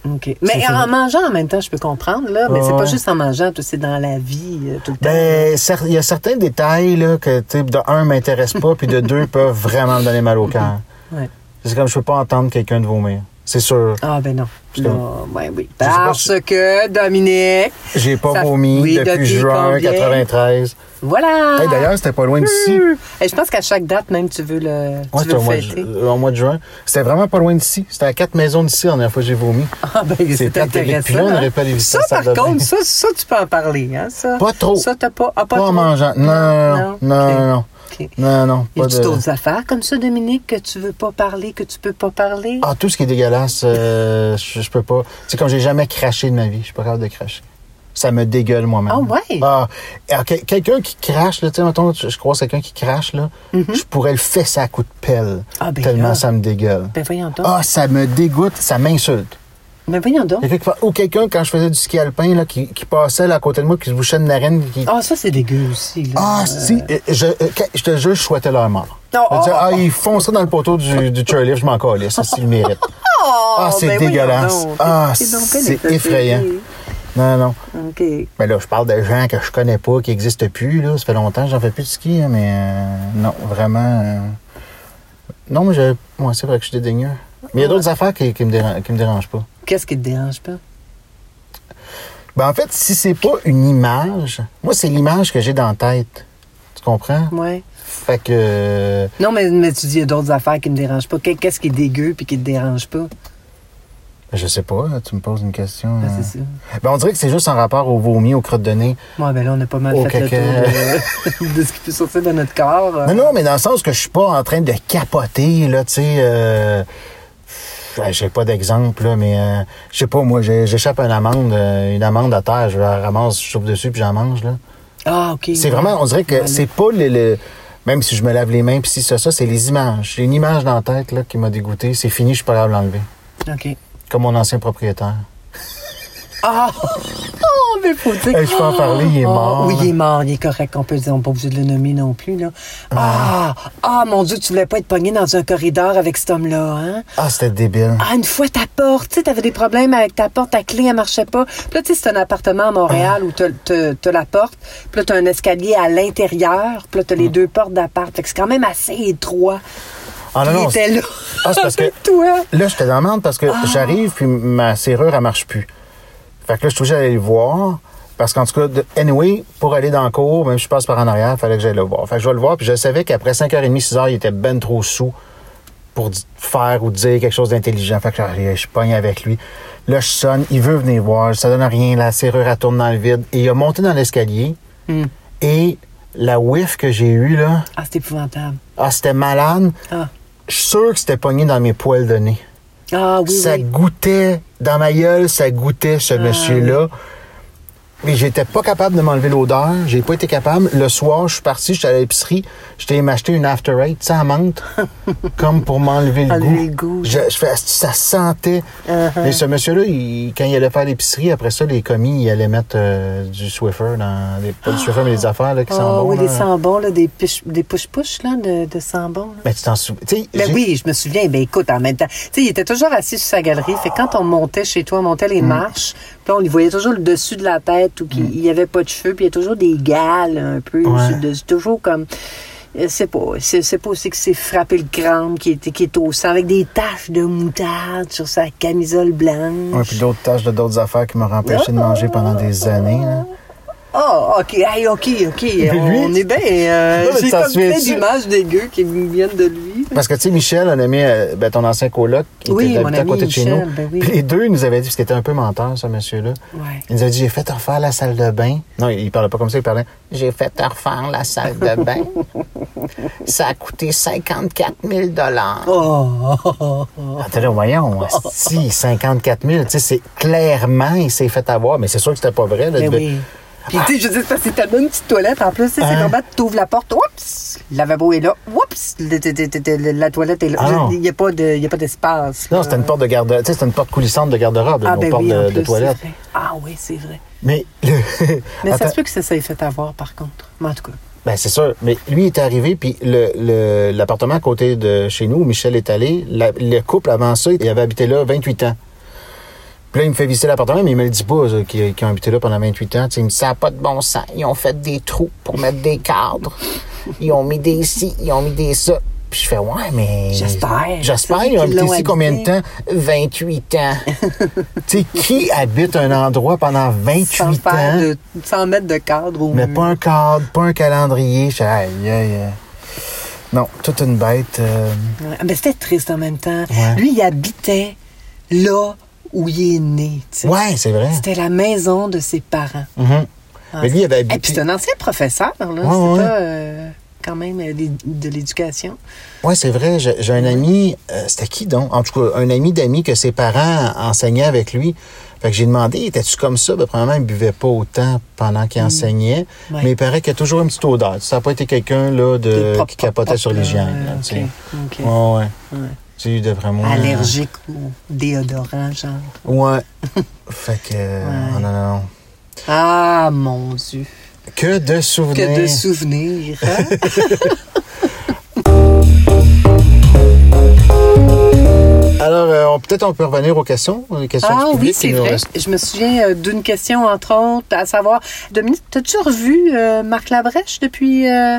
[SPEAKER 3] OK.
[SPEAKER 2] C'est
[SPEAKER 3] Mais
[SPEAKER 2] fini.
[SPEAKER 3] en mangeant en même temps, je peux comprendre, là. Mais c'est
[SPEAKER 2] Ouais.
[SPEAKER 3] pas juste en mangeant, tout, c'est dans la vie, euh, tout le temps.
[SPEAKER 2] Ben, cer- il y a certains détails là, que, tu sais, de un, m'intéressent pas, puis de deux, peuvent vraiment me donner mal au cœur.
[SPEAKER 3] Ouais.
[SPEAKER 2] C'est comme je peux pas entendre quelqu'un de vomir. C'est sûr.
[SPEAKER 3] Ah, ben non. Là, ben oui.
[SPEAKER 2] sais pas
[SPEAKER 3] Parce
[SPEAKER 2] si-
[SPEAKER 3] que, Dominique,
[SPEAKER 2] J'ai pas
[SPEAKER 3] Ça-
[SPEAKER 2] vomi
[SPEAKER 3] oui,
[SPEAKER 2] depuis,
[SPEAKER 3] depuis
[SPEAKER 2] juin
[SPEAKER 3] combien?
[SPEAKER 2] 93.
[SPEAKER 3] voilà.
[SPEAKER 2] Hey, D'ailleurs, c'était pas loin d'ici.
[SPEAKER 3] Et je pense qu'à chaque date, même, tu veux le,
[SPEAKER 2] Ouais,
[SPEAKER 3] tu veux
[SPEAKER 2] c'était
[SPEAKER 3] le
[SPEAKER 2] au mois, de
[SPEAKER 3] fêter.
[SPEAKER 2] ju- euh, au mois de juin. C'était vraiment pas loin d'ici. C'était à quatre maisons d'ici la dernière fois que j'ai vomi.
[SPEAKER 3] Ah, ben, c'est
[SPEAKER 2] plate, Eric.
[SPEAKER 3] intéressant.
[SPEAKER 2] Puis là, on
[SPEAKER 3] hein.
[SPEAKER 2] n'aurait pas les
[SPEAKER 3] Ça,
[SPEAKER 2] visites à salle
[SPEAKER 3] par
[SPEAKER 2] de bain.
[SPEAKER 3] contre, ça, ça, tu peux en parler, hein, ça.
[SPEAKER 2] Pas trop.
[SPEAKER 3] Ça, t'as pas. Ah, pas,
[SPEAKER 2] Pas, en
[SPEAKER 3] trop.
[SPEAKER 2] mangeant. Non, non, non. Non, non, non.
[SPEAKER 3] OK. OK.
[SPEAKER 2] Non, non,
[SPEAKER 3] Y
[SPEAKER 2] pas
[SPEAKER 3] a-tu
[SPEAKER 2] de-
[SPEAKER 3] d'autres affaires comme ça, Dominique, que tu veux pas parler, que tu peux pas parler?
[SPEAKER 2] Ah, tout ce qui est dégueulasse, euh, je, je peux pas. C'est comme j'ai jamais craché de ma vie. Je suis pas capable de cracher. Ça me dégueule moi-même.
[SPEAKER 3] Ah ouais?
[SPEAKER 2] Ah, alors, que- quelqu'un qui crache, là, tu sais, mettons, je, je croise quelqu'un qui crache, là, je pourrais le fesser à coups de pelle.
[SPEAKER 3] Ah, ben
[SPEAKER 2] tellement
[SPEAKER 3] là.
[SPEAKER 2] ça me dégueule.
[SPEAKER 3] Ben voyons donc.
[SPEAKER 2] Ah, ça me dégoûte, ça m'insulte.
[SPEAKER 3] Ben voyons donc.
[SPEAKER 2] Il y a quelqu'un- Ou quelqu'un, quand je faisais du ski alpin, là, qui, qui passait là, à côté de moi, qui se bouchait de narine, qui...
[SPEAKER 3] Ah, ça, c'est dégueu aussi. Là.
[SPEAKER 2] Ah,
[SPEAKER 3] Euh,
[SPEAKER 2] si, euh, je, euh, quand- je te jure, je souhaitais leur mort.
[SPEAKER 3] Non,
[SPEAKER 2] je disais,
[SPEAKER 3] oh,
[SPEAKER 2] ah,
[SPEAKER 3] oh,
[SPEAKER 2] ils fonceraient dans le poteau du, du chairlift, je m'en calais, ça, c'est le mérite.
[SPEAKER 3] Oh,
[SPEAKER 2] Ah, c'est
[SPEAKER 3] ben voyons
[SPEAKER 2] dégueulasse.
[SPEAKER 3] donc.
[SPEAKER 2] Ah,
[SPEAKER 3] donc
[SPEAKER 2] c'est
[SPEAKER 3] bien exagéré.
[SPEAKER 2] effrayant. Non, non.
[SPEAKER 3] OK.
[SPEAKER 2] Mais là, je parle de gens que je connais pas, qui existent plus, là. Ça fait longtemps que j'en fais plus de ski, hein, mais euh, non, vraiment. euh, Non, mais je. Moi, c'est vrai que je suis dédaigneux. Mais il y a d'autres affaires qui, qui, me déran- qui me dérangent pas.
[SPEAKER 3] Qu'est-ce qui te dérange pas?
[SPEAKER 2] Ben, en fait, si c'est pas une image, moi, c'est l'image que j'ai dans la tête. Tu comprends?
[SPEAKER 3] Ouais.
[SPEAKER 2] Fait que. euh,
[SPEAKER 3] Non, mais, mais tu dis, il y a d'autres affaires qui me dérangent pas. Qu'est- Qu'est-ce qui est dégueu puis qui te dérange pas?
[SPEAKER 2] Je sais pas, tu me poses une question.
[SPEAKER 3] Ben,
[SPEAKER 2] euh.
[SPEAKER 3] c'est ça.
[SPEAKER 2] Ben, on dirait que c'est juste en rapport au vomi, aux crottes de nez.
[SPEAKER 3] Ouais, ben là, on a pas mal
[SPEAKER 2] Au
[SPEAKER 3] fait
[SPEAKER 2] caca.
[SPEAKER 3] le tour de, [laughs] de ce qui peut sortir de notre corps.
[SPEAKER 2] Non, non, mais dans le sens que je suis pas en train de capoter, là, tu sais. Euh, ouais, j'ai pas d'exemple, là, mais euh, je sais pas, moi, j'ai- j'échappe à une amende, euh, une amende à terre, je la ramasse, je chauffe dessus, puis j'en mange, là.
[SPEAKER 3] Ah, OK.
[SPEAKER 2] C'est vraiment, on dirait que
[SPEAKER 3] Voilà.
[SPEAKER 2] c'est pas le. le- Même si je me lave les mains, puis si ça, ça, c'est les images. J'ai une image dans la tête là, qui m'a dégoûté. C'est fini, je suis pas capable de l'enlever.
[SPEAKER 3] OK.
[SPEAKER 2] Comme mon ancien propriétaire.
[SPEAKER 3] Ah! [laughs] Oh, mais faut dire.
[SPEAKER 2] Hey, je peux en parler, il est
[SPEAKER 3] Ah,
[SPEAKER 2] mort,
[SPEAKER 3] oui,
[SPEAKER 2] là.
[SPEAKER 3] il est mort, il est correct. On peut le dire, on n'est pas obligé de le nommer non plus, là. Ah! Ah, mon Dieu, tu voulais pas être pogné dans un corridor avec cet homme-là, hein?
[SPEAKER 2] Ah, c'était débile.
[SPEAKER 3] Ah, une fois ta porte, tu sais, t'avais des problèmes avec ta porte, ta clé, elle marchait pas. Puis là, tu sais, c'est un appartement à
[SPEAKER 2] Ah.
[SPEAKER 3] Montréal où t'as- t'as t'as la porte, puis là, t'as un escalier à l'intérieur, puis là, t'as les
[SPEAKER 2] Mm.
[SPEAKER 3] deux portes d'appart. Fait que c'est quand même assez étroit.
[SPEAKER 2] Ah,
[SPEAKER 3] Puis il était là.
[SPEAKER 2] Ah, c'est parce que-
[SPEAKER 3] Avec [laughs] toi.
[SPEAKER 2] Là, j'étais dans la merde parce que j'arrive, puis ma serrure, elle marche plus. Fait que là, je suis obligé d'aller le voir. Parce qu'en tout cas, de- anyway, pour aller dans le cours, même si je passe par en arrière, fallait que j'aille le voir. Fait que je vais le voir, puis je savais qu'après 5h30, 6h, il était ben trop sous pour di- faire ou dire quelque chose d'intelligent. Fait que j'arrive, je pogne avec lui. Là, je sonne, il veut venir voir, ça donne rien, la serrure, elle tourne dans le vide. Et il a monté dans l'escalier, et la whiff que j'ai eue, là,
[SPEAKER 3] Ah, c'est épouvantable.
[SPEAKER 2] ah, c'était malade.
[SPEAKER 3] Ah.
[SPEAKER 2] Je suis sûr que c'était pogné dans mes poils de nez.
[SPEAKER 3] Ah oui,
[SPEAKER 2] Ça
[SPEAKER 3] oui. Ah,
[SPEAKER 2] goûtait dans ma gueule, ça goûtait ce monsieur-là. Mais j'étais pas capable de m'enlever l'odeur, j'ai pas été capable. Le soir, je suis parti, j'étais à l'épicerie, j'étais m'acheter une After Eight sans
[SPEAKER 3] [laughs]
[SPEAKER 2] menthe, comme pour m'enlever le
[SPEAKER 3] Enlever
[SPEAKER 2] goût.
[SPEAKER 3] le goût. Uh-huh.
[SPEAKER 2] Je, je fais- ça sentait. Mais ce monsieur-là, il- quand il allait faire l'épicerie, après ça, les commis, ils allaient mettre euh, du Swiffer dans les, pas du Swiffer, mais des affaires là, qui sont hein.
[SPEAKER 3] Ah
[SPEAKER 2] bons.
[SPEAKER 3] oui,
[SPEAKER 2] là.
[SPEAKER 3] des sambons, là, des push- des push-push là, de, de sambons. là.
[SPEAKER 2] Mais tu t'en souviens. tu sais,
[SPEAKER 3] Ben
[SPEAKER 2] j'ai-
[SPEAKER 3] oui, je me souviens. Ben écoute, en même temps, tu sais, il était toujours assis sur sa galerie. Fait que quand on montait chez toi, on montait
[SPEAKER 2] Hmm.
[SPEAKER 3] les marches, puis là, on lui voyait toujours le dessus de la tête ou qu'il n'y avait pas de cheveux, puis il y a toujours des gales un peu
[SPEAKER 2] Ouais.
[SPEAKER 3] sur le dessus, toujours comme. euh, C'est pas, c'est, c'est pas aussi que c'est frappé le crâne qui est, qui est au sang avec des taches de moutarde sur sa camisole blanche.
[SPEAKER 2] Ouais, puis d'autres tâches de d'autres affaires qui m'auraient empêché de manger pendant des années. là.
[SPEAKER 3] Ah, OK, hey, OK, OK. on,
[SPEAKER 2] lui,
[SPEAKER 3] on est bien. euh,
[SPEAKER 2] Non, mais
[SPEAKER 3] j'ai
[SPEAKER 2] t'en
[SPEAKER 3] comme plein
[SPEAKER 2] souviens-tu?
[SPEAKER 3] d'images dégueu qui me viennent de lui.
[SPEAKER 2] Parce que, tu sais, Michel, un ami, euh, ben, ton ancien coloc, qui
[SPEAKER 3] Oui,
[SPEAKER 2] était
[SPEAKER 3] mon
[SPEAKER 2] habitait à
[SPEAKER 3] ami
[SPEAKER 2] côté de chez
[SPEAKER 3] Michel,
[SPEAKER 2] nous.
[SPEAKER 3] ben oui.
[SPEAKER 2] Puis les deux, ils nous avaient dit, parce qu'il était un peu menteur, ce monsieur-là.
[SPEAKER 3] Ouais.
[SPEAKER 2] Il nous avait dit, j'ai fait refaire la salle de bain. Non, il il parlait pas comme ça, il parlait, j'ai fait refaire la salle de
[SPEAKER 3] [laughs]
[SPEAKER 2] bain. ça a coûté 54 000 dollars.
[SPEAKER 3] Oh, oh, oh, oh.
[SPEAKER 2] Attends, là, voyons, si 54 000, tu sais, c'est clairement, il s'est fait avoir, mais c'est sûr que c'était pas vrai. Là,
[SPEAKER 3] Ben
[SPEAKER 2] de-
[SPEAKER 3] oui. Puis, tu sais, je dis, c'est tellement une petite toilette. En plus, tu sais, c'est
[SPEAKER 2] Hein?
[SPEAKER 3] normal, tu ouvres la porte, oups, le lavabo est là, oups, le- le- le- le- la toilette est là.
[SPEAKER 2] Ah non.
[SPEAKER 3] Il n'y a pas de- il y a pas d'espace.
[SPEAKER 2] Non,
[SPEAKER 3] là.
[SPEAKER 2] c'était une porte de garde, tu sais, c'était une porte coulissante de garde-robe,
[SPEAKER 3] ah,
[SPEAKER 2] une
[SPEAKER 3] ben
[SPEAKER 2] porte
[SPEAKER 3] oui,
[SPEAKER 2] de,
[SPEAKER 3] en
[SPEAKER 2] de
[SPEAKER 3] plus,
[SPEAKER 2] toilette.
[SPEAKER 3] c'est vrai. Ah oui, c'est vrai.
[SPEAKER 2] Mais, le-
[SPEAKER 3] Mais ça
[SPEAKER 2] [laughs] Attends.
[SPEAKER 3] se peut que ça s'est fait avoir, par contre. Mais en tout cas,
[SPEAKER 2] Ben, c'est sûr. Mais lui est arrivé, puis le- le- l'appartement à côté de chez nous, où Michel est allé, la- le couple avant ça, il avait habité là 28 ans. Puis là, il me fait visiter l'appartement, mais il me le dit pas, ça, qu'ils qu'ils ont habité là pendant 28 ans. Tu sais, il me dit, ça n'a pas de bon sens. Ils ont fait des trous pour mettre des cadres. Ils ont mis des ci, ils ont mis des ça. Puis je fais, ouais, mais.
[SPEAKER 3] J'espère.
[SPEAKER 2] J'espère. Ils
[SPEAKER 3] C'est
[SPEAKER 2] ont
[SPEAKER 3] qu'ils
[SPEAKER 2] habité
[SPEAKER 3] l'ont
[SPEAKER 2] ici
[SPEAKER 3] habité.
[SPEAKER 2] combien de temps? 28
[SPEAKER 3] [laughs]
[SPEAKER 2] ans. tu sais, qui habite un endroit pendant 28
[SPEAKER 3] sans,
[SPEAKER 2] ans?
[SPEAKER 3] faire de, sans mettre de cadre au
[SPEAKER 2] Mais
[SPEAKER 3] mur.
[SPEAKER 2] pas un cadre, pas un calendrier. Je fais, aïe, aïe, aïe. Non, toute une bête. euh,
[SPEAKER 3] Ouais, Ah, Mais c'était triste en même temps.
[SPEAKER 2] Ouais.
[SPEAKER 3] Lui, il habitait là où il est né. tu sais.
[SPEAKER 2] Ouais, c'est vrai.
[SPEAKER 3] C'était la maison de ses parents.
[SPEAKER 2] Mhm. Mais lui, il avait
[SPEAKER 3] Et puis
[SPEAKER 2] habité.
[SPEAKER 3] c'est un ancien professeur, là.
[SPEAKER 2] ouais.
[SPEAKER 3] c'est pas euh, quand même euh, des- de l'éducation.
[SPEAKER 2] Ouais, c'est vrai. J'ai j'ai un ami. euh, C'était qui donc En tout cas, un ami d'amis que ses parents enseignaient avec lui. Fait que j'ai demandé, étais-tu comme ça? Ben, premièrement, il buvait pas autant pendant qu'il enseignait.
[SPEAKER 3] Mm. Ouais.
[SPEAKER 2] Mais il paraît qu'il y a toujours une petite odeur. Ça n'a pas été quelqu'un là de,
[SPEAKER 3] De propre,
[SPEAKER 2] Euh, qui capotait
[SPEAKER 3] propre,
[SPEAKER 2] sur
[SPEAKER 3] propre,
[SPEAKER 2] l'hygiène.
[SPEAKER 3] euh,
[SPEAKER 2] là, tu sais.
[SPEAKER 3] ok, ok.
[SPEAKER 2] Ouais, ouais.
[SPEAKER 3] Ouais.
[SPEAKER 2] Tu sais, d'après moi.
[SPEAKER 3] Allergique ou déodorant, genre. [laughs]
[SPEAKER 2] Ouais. fait que. euh,
[SPEAKER 3] Ouais.
[SPEAKER 2] non, non, non.
[SPEAKER 3] Ah, mon Dieu.
[SPEAKER 2] Que de souvenirs.
[SPEAKER 3] Que de souvenirs. hein?
[SPEAKER 2] Alors, euh, on- peut-être on peut revenir aux questions, aux questions
[SPEAKER 3] ah
[SPEAKER 2] du public
[SPEAKER 3] oui,
[SPEAKER 2] qui
[SPEAKER 3] c'est
[SPEAKER 2] nous
[SPEAKER 3] vrai.
[SPEAKER 2] restent.
[SPEAKER 3] Je me souviens euh, d'une question, entre autres, à savoir, Dominique, t'as-tu revu euh, Marc Labrèche depuis, euh,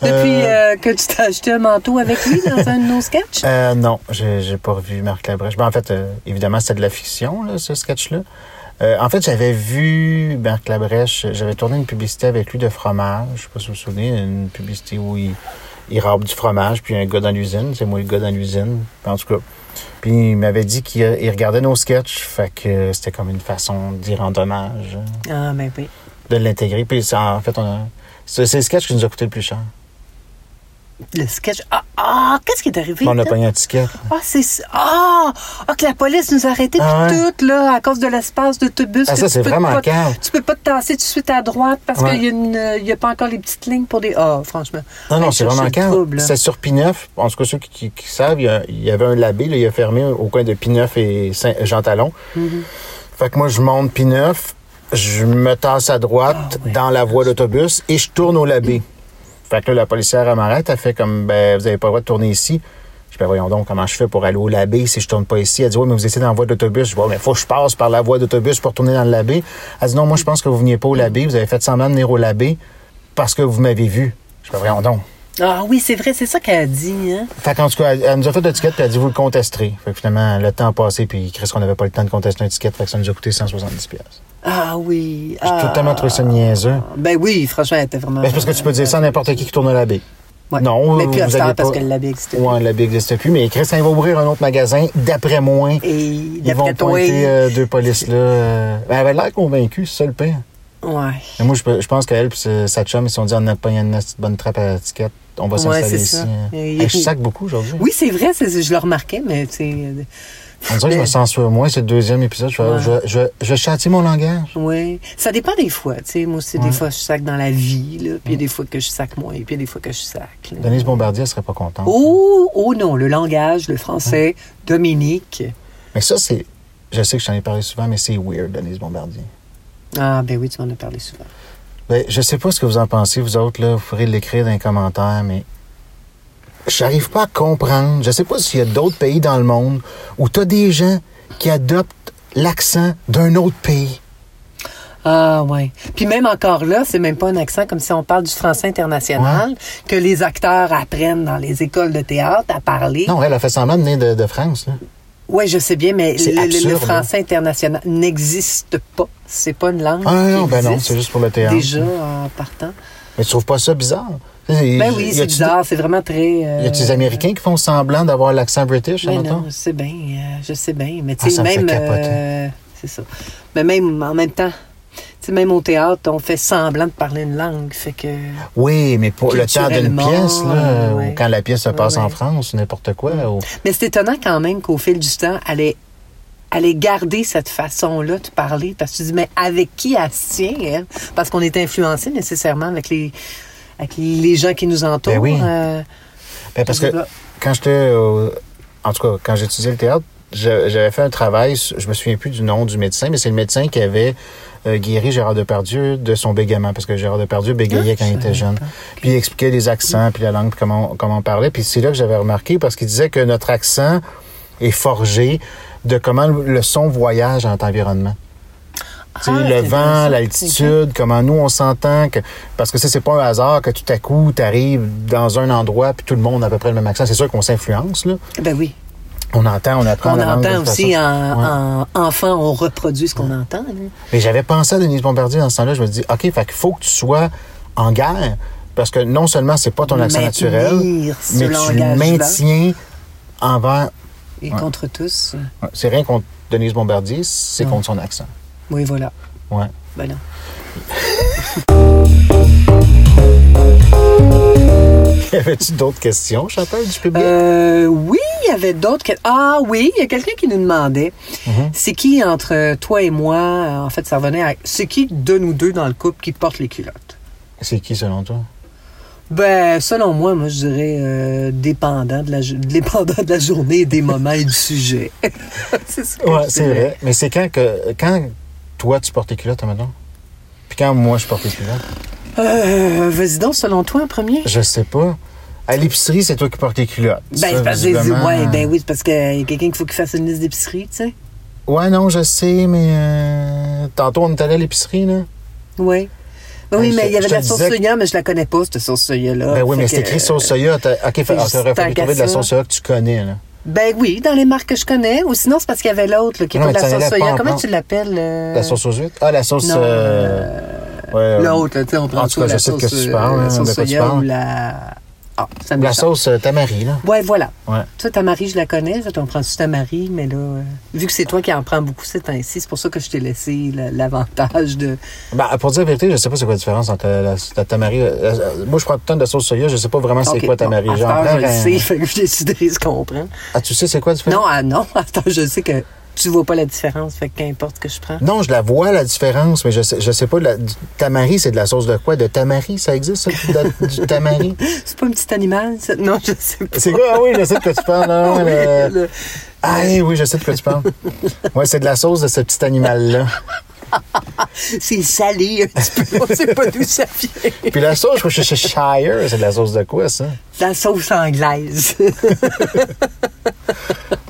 [SPEAKER 3] depuis euh, que tu t'as acheté un manteau avec lui dans un de nos sketchs?
[SPEAKER 2] Euh, non, j'ai j'ai pas revu Marc Labrèche. Ben, en fait, euh, évidemment, c'était de la fiction, là, ce sketch-là. Euh, en fait, j'avais vu Marc Labrèche, j'avais tourné une publicité avec lui de fromage. Je sais pas si vous vous souvenez, une publicité où il, il râpe du fromage, puis un gars dans l'usine. C'est moi le gars dans l'usine, en tout cas. Puis il m'avait dit qu'il il regardait nos sketchs, fait que euh, c'était comme une façon d'y rendre hommage, hein,
[SPEAKER 3] Ah, ben oui.
[SPEAKER 2] de l'intégrer. Puis ça, en fait, on a... C'est c'est le sketch qui nous a coûté le plus cher.
[SPEAKER 3] Le sketch. Ah, ah, qu'est-ce qui est arrivé?
[SPEAKER 2] On a
[SPEAKER 3] là?
[SPEAKER 2] pogné un ticket.
[SPEAKER 3] Ah, c'est ça. Ah, ah, que la police nous a arrêtés
[SPEAKER 2] Ah
[SPEAKER 3] puis
[SPEAKER 2] ouais.
[SPEAKER 3] tout, là, à cause de l'espace d'autobus.
[SPEAKER 2] Ah,
[SPEAKER 3] que
[SPEAKER 2] ça,
[SPEAKER 3] tu
[SPEAKER 2] c'est
[SPEAKER 3] peux
[SPEAKER 2] vraiment
[SPEAKER 3] pas-
[SPEAKER 2] calme.
[SPEAKER 3] Tu peux pas te tasser tout de suite à droite parce
[SPEAKER 2] Ouais.
[SPEAKER 3] qu'il y a une- euh, il y a pas encore les petites lignes pour des. Ah, franchement.
[SPEAKER 2] Non, non,
[SPEAKER 3] Allez
[SPEAKER 2] c'est
[SPEAKER 3] chercher
[SPEAKER 2] vraiment
[SPEAKER 3] le
[SPEAKER 2] calme.
[SPEAKER 3] trouble, hein. là.
[SPEAKER 2] C'est sur Pineuf. En tout cas, ceux qui, qui- qui savent, il y, a- il y avait un labé, là, il a fermé au coin de Pineuf et Saint- Jean-Talon.
[SPEAKER 3] Mm-hmm.
[SPEAKER 2] Fait que moi, je monte Pineuf, je me tasse à droite
[SPEAKER 3] Ah, ouais.
[SPEAKER 2] dans la voie d'autobus et je tourne au labé. Fait que là, la policière, elle m'arrête, elle fait comme, ben, vous avez pas le droit de tourner ici. Je dis, ben, voyons donc, comment je fais pour aller au labé si je tourne pas ici? Elle dit, oui, mais vous étiez dans la voie d'autobus. Je dis, ouais, mais faut que je passe par la voie d'autobus pour tourner dans le labé. Elle dit, non, moi, je pense que vous veniez pas au labé, vous avez fait semblant de venir au labé parce que vous m'avez vu. Je dis, ben, voyons donc.
[SPEAKER 3] Ah oui, c'est vrai, c'est ça qu'elle a dit, hein?
[SPEAKER 2] Fait qu'en tout cas, elle, elle nous a fait l'étiquette puis elle a dit vous le contesterez. Fait que finalement, le temps a passé puis Chris qu'on n'avait pas le temps de contester une étiquette, fait que ça nous a coûté 170 pièces.
[SPEAKER 3] Ah oui.
[SPEAKER 2] J'ai
[SPEAKER 3] ah.
[SPEAKER 2] totalement trouvé ça niaiseux.
[SPEAKER 3] Ben oui, franchement, elle était vraiment.
[SPEAKER 2] Ben, c'est parce que tu peux dire ça à n'importe qui qui tourne la baie.
[SPEAKER 3] Ouais.
[SPEAKER 2] Non,
[SPEAKER 3] Mais puis à
[SPEAKER 2] vous
[SPEAKER 3] cette heure,
[SPEAKER 2] avez
[SPEAKER 3] parce
[SPEAKER 2] pas-
[SPEAKER 3] que le labé existait.
[SPEAKER 2] Ouais, la baie n'existe plus, mais Chris, elle va ouvrir un autre magasin. D'après moi,
[SPEAKER 3] Et
[SPEAKER 2] ils vont
[SPEAKER 3] d'après toi,
[SPEAKER 2] pointer euh, deux polices là. euh, ben, elle avait l'air convaincue, c'est ça le pire.
[SPEAKER 3] Ouais.
[SPEAKER 2] Mais moi, je, peux- je pense qu'elle et sa sa chum, ils se sont dit on a pas une petite bonne trappe à l'étiquette. On va
[SPEAKER 3] Ouais,
[SPEAKER 2] s'installer
[SPEAKER 3] c'est
[SPEAKER 2] ici.
[SPEAKER 3] ça.
[SPEAKER 2] hein.
[SPEAKER 3] Et-
[SPEAKER 2] Hey, je sac beaucoup aujourd'hui.
[SPEAKER 3] Oui, c'est vrai, c'est- je le remarquais, mais euh, c'est.
[SPEAKER 2] On dirait que je me censure moins, c'est le deuxième épisode. Je, vais-
[SPEAKER 3] Ouais.
[SPEAKER 2] je, vais- je, vais- je vais châtier mon langage.
[SPEAKER 3] Oui. Ça dépend des fois. Tu sais, moi aussi, des fois, je sac dans la vie, là, puis il y a des fois que je sac moins, puis il y a des fois que je sac. là.
[SPEAKER 2] Denise Bombardier, elle serait pas contente.
[SPEAKER 3] Oh, oh non, le langage, le français, Dominique.
[SPEAKER 2] Mais ça, c'est. Je sais que je t'en ai parlé souvent, mais c'est weird, Denise Bombardier.
[SPEAKER 3] Ah, ben oui, tu m'en as parlé souvent.
[SPEAKER 2] Ben, je sais pas ce que vous en pensez, vous autres, là. Vous pourrez l'écrire dans les commentaires, mais. J'arrive pas à comprendre. Je sais pas s'il y a d'autres pays dans le monde où t'as des gens qui adoptent l'accent d'un autre pays.
[SPEAKER 3] Ah, ouais. Puis même encore là, c'est même pas un accent comme si on parle du français international que les acteurs apprennent dans les écoles de théâtre à parler.
[SPEAKER 2] Non, elle a fait semblant de venir de, de France, là.
[SPEAKER 3] Oui, je sais bien, mais
[SPEAKER 2] C'est
[SPEAKER 3] le, le- le
[SPEAKER 2] absurde,
[SPEAKER 3] français international n'existe pas. C'est pas une langue.
[SPEAKER 2] Ah, non,
[SPEAKER 3] qui
[SPEAKER 2] ben non,
[SPEAKER 3] existe
[SPEAKER 2] c'est juste pour le théâtre.
[SPEAKER 3] Déjà, en partant.
[SPEAKER 2] Mais tu trouves pas ça bizarre?
[SPEAKER 3] Ben oui, c'est bizarre, c'est vraiment très. euh,
[SPEAKER 2] Y a-tu des Américains qui font semblant d'avoir l'accent british,
[SPEAKER 3] ben
[SPEAKER 2] admettons?
[SPEAKER 3] non, je sais bien, euh, je sais bien. Mais
[SPEAKER 2] Ah,
[SPEAKER 3] tu sais,
[SPEAKER 2] ça me fait
[SPEAKER 3] même.
[SPEAKER 2] capoter.
[SPEAKER 3] euh, c'est ça. Mais même en même temps, tu sais, même au théâtre, on fait semblant de parler une langue. Fait que.
[SPEAKER 2] Oui, mais pour le temps d'une
[SPEAKER 3] Culturellement,
[SPEAKER 2] pièce, là,
[SPEAKER 3] euh, ouais.
[SPEAKER 2] ou quand la pièce se passe
[SPEAKER 3] Ouais,
[SPEAKER 2] en
[SPEAKER 3] ouais.
[SPEAKER 2] France, ou n'importe quoi. ou-
[SPEAKER 3] Mais c'est étonnant quand même qu'au fil du temps, elle ait, elle ait gardé cette façon-là de parler. Parce que tu dis, mais avec qui elle se tient, elle? Parce qu'on est influencé nécessairement avec les, avec les gens qui nous entourent.
[SPEAKER 2] Ben oui.
[SPEAKER 3] euh,
[SPEAKER 2] Ben, parce
[SPEAKER 3] je
[SPEAKER 2] que
[SPEAKER 3] sais pas.
[SPEAKER 2] quand j'étais, au- en tout cas, quand j'étudiais le théâtre, je- j'avais fait un travail, sur- je me souviens plus du nom du médecin, mais c'est le médecin qui avait euh, guéri Gérard Depardieu de son bégaiement, parce que Gérard Depardieu bégayait
[SPEAKER 3] Ah,
[SPEAKER 2] quand
[SPEAKER 3] je
[SPEAKER 2] il était
[SPEAKER 3] savais
[SPEAKER 2] jeune.
[SPEAKER 3] pas.
[SPEAKER 2] Puis il expliquait les accents, puis la langue, puis comment, on- comment on parlait. Puis c'est là que j'avais remarqué, parce qu'il disait que notre accent est forgé de comment le le son voyage dans notre environnement. Tu sais,
[SPEAKER 3] Ah,
[SPEAKER 2] le
[SPEAKER 3] c'est
[SPEAKER 2] vent,
[SPEAKER 3] intéressant.
[SPEAKER 2] l'altitude, comment nous on s'entend que parce que ça c'est pas un hasard que tout à coup tu arrives dans un endroit puis tout le monde a à peu près le même accent, c'est sûr qu'on s'influence là.
[SPEAKER 3] Ben oui.
[SPEAKER 2] On entend, on apprend
[SPEAKER 3] On
[SPEAKER 2] la langue de
[SPEAKER 3] entend
[SPEAKER 2] toute
[SPEAKER 3] aussi hein. en,
[SPEAKER 2] façon. Ouais.
[SPEAKER 3] en enfant, on reproduit ce qu'on entend. là.
[SPEAKER 2] Mais j'avais pensé à Denise Bombardier dans ce temps-là, je me dis OK, fait qu'il faut que tu sois en guerre parce que non seulement c'est pas ton accent
[SPEAKER 3] Maintenir
[SPEAKER 2] naturel,
[SPEAKER 3] ce
[SPEAKER 2] mais tu le
[SPEAKER 3] langage-là.
[SPEAKER 2] maintiens envers
[SPEAKER 3] Et
[SPEAKER 2] Ouais.
[SPEAKER 3] contre tous.
[SPEAKER 2] Ouais, c'est rien contre Denise Bombardier, c'est contre son accent.
[SPEAKER 3] Oui, voilà.
[SPEAKER 2] Ouais. [laughs]
[SPEAKER 3] Ben non.
[SPEAKER 2] Avais-tu d'autres questions, Chantal, du public
[SPEAKER 3] Euh, oui, il y avait d'autres. que- Ah oui, il y a quelqu'un qui nous demandait
[SPEAKER 2] Mhm.
[SPEAKER 3] c'est qui entre toi et moi, euh, en fait, ça revenait à. C'est qui de nous deux dans le couple qui porte les culottes
[SPEAKER 2] C'est qui selon toi
[SPEAKER 3] Ben, selon moi, moi, je dirais euh, dépendant, de la, jo- dépendant de la journée, et des moments et du sujet. [laughs] c'est ça. que
[SPEAKER 2] Ouais,
[SPEAKER 3] je
[SPEAKER 2] c'est
[SPEAKER 3] dirais.
[SPEAKER 2] vrai. Mais c'est quand que quand toi tu portes tes culottes maintenant Puis quand moi je porte tes culottes
[SPEAKER 3] Euh, Vas-y donc, selon toi, en premier
[SPEAKER 2] Je sais pas. À l'épicerie, c'est toi qui portes tes culottes.
[SPEAKER 3] Ben,
[SPEAKER 2] Ça,
[SPEAKER 3] c'est parce que j'ai dit,
[SPEAKER 2] visiblement,
[SPEAKER 3] ouais,
[SPEAKER 2] euh,
[SPEAKER 3] ben oui, c'est parce qu'il y a quelqu'un qu'il faut qu'il fasse une liste d'épicerie, tu sais.
[SPEAKER 2] Ouais, non, je sais, mais euh, tantôt on est allé à l'épicerie là.
[SPEAKER 3] Oui. Ben
[SPEAKER 2] Ouais,
[SPEAKER 3] oui,
[SPEAKER 2] je-
[SPEAKER 3] mais il y
[SPEAKER 2] je
[SPEAKER 3] avait
[SPEAKER 2] te
[SPEAKER 3] de la sauce
[SPEAKER 2] disais que-
[SPEAKER 3] soya, mais je la connais pas, cette sauce soya-là.
[SPEAKER 2] ben oui,
[SPEAKER 3] Ah, Fait
[SPEAKER 2] mais
[SPEAKER 3] que-
[SPEAKER 2] c'est écrit sauce soya. t'as- Ok, fait,
[SPEAKER 3] juste
[SPEAKER 2] alors, t'aurais fallu
[SPEAKER 3] tant qu'à
[SPEAKER 2] trouver de la
[SPEAKER 3] ça.
[SPEAKER 2] sauce soya que tu connais là.
[SPEAKER 3] Ben oui, dans les marques que je connais. Ou sinon, c'est parce qu'il y avait l'autre, là, qui est
[SPEAKER 2] Non,
[SPEAKER 3] pas de
[SPEAKER 2] mais
[SPEAKER 3] la
[SPEAKER 2] ça
[SPEAKER 3] sauce
[SPEAKER 2] n'allait pas
[SPEAKER 3] soya.
[SPEAKER 2] en
[SPEAKER 3] Comment
[SPEAKER 2] prendre.
[SPEAKER 3] tu l'appelles? euh,
[SPEAKER 2] La sauce aux huîtres Ah, la sauce.
[SPEAKER 3] non,
[SPEAKER 2] euh, ouais, euh,
[SPEAKER 3] L'autre, là, tu sais, on
[SPEAKER 2] en
[SPEAKER 3] prend
[SPEAKER 2] tout
[SPEAKER 3] tout
[SPEAKER 2] cas,
[SPEAKER 3] la
[SPEAKER 2] je sais de
[SPEAKER 3] sauce,
[SPEAKER 2] quoi tu
[SPEAKER 3] euh,
[SPEAKER 2] parles, hein,
[SPEAKER 3] la sauce
[SPEAKER 2] de quoi tu
[SPEAKER 3] soya ou
[SPEAKER 2] parles.
[SPEAKER 3] la... Ah, ça me
[SPEAKER 2] La
[SPEAKER 3] sauce.
[SPEAKER 2] sauce euh, tamari, là.
[SPEAKER 3] Ouais, voilà.
[SPEAKER 2] Ouais.
[SPEAKER 3] Toi, ta Marie, je la connais. Toi, t'en prends-tu ta Marie? Mais là, euh, vu que c'est toi qui en prends beaucoup ces temps-ci, c'est pour ça que je t'ai laissé la- l'avantage de...
[SPEAKER 2] Ben, pour dire la vérité, je sais pas c'est quoi la différence entre la, la- la tamari. la- la- moi, je prends une tonne de sauce soya, je sais pas vraiment c'est
[SPEAKER 3] Ok,
[SPEAKER 2] quoi
[SPEAKER 3] bon,
[SPEAKER 2] tamari.
[SPEAKER 3] à
[SPEAKER 2] J'en
[SPEAKER 3] cette heure,
[SPEAKER 2] prends
[SPEAKER 3] je le
[SPEAKER 2] un-
[SPEAKER 3] sais, [laughs] fait que j'ai décidé ce qu'on prend.
[SPEAKER 2] Ah, tu sais c'est quoi la différence?
[SPEAKER 3] Non, ah non, [laughs] attends, je sais que tu vois pas la différence, fait que qu'importe ce que je prends.
[SPEAKER 2] Non, je la vois, la différence, mais je sais, je sais pas. La, du tamari, c'est de la sauce de quoi? De tamari, ça existe, ça? de- du tamari?
[SPEAKER 3] C'est pas un petit animal, ça? Non, je sais
[SPEAKER 2] [laughs]
[SPEAKER 3] pas.
[SPEAKER 2] C'est quoi? Ah oui, je sais de quoi tu parles. là,
[SPEAKER 3] Oui,
[SPEAKER 2] le-
[SPEAKER 3] le-
[SPEAKER 2] Ah oui, oui, je sais de quoi tu [laughs] parles. Ouais, c'est de la sauce de ce petit animal-là.
[SPEAKER 3] C'est salé un petit peu, on sait pas d'où ça vient.
[SPEAKER 2] Puis la sauce, je suis chez Shire, c'est de la sauce de quoi, ça?
[SPEAKER 3] La
[SPEAKER 2] [laughs]
[SPEAKER 3] sauce anglaise.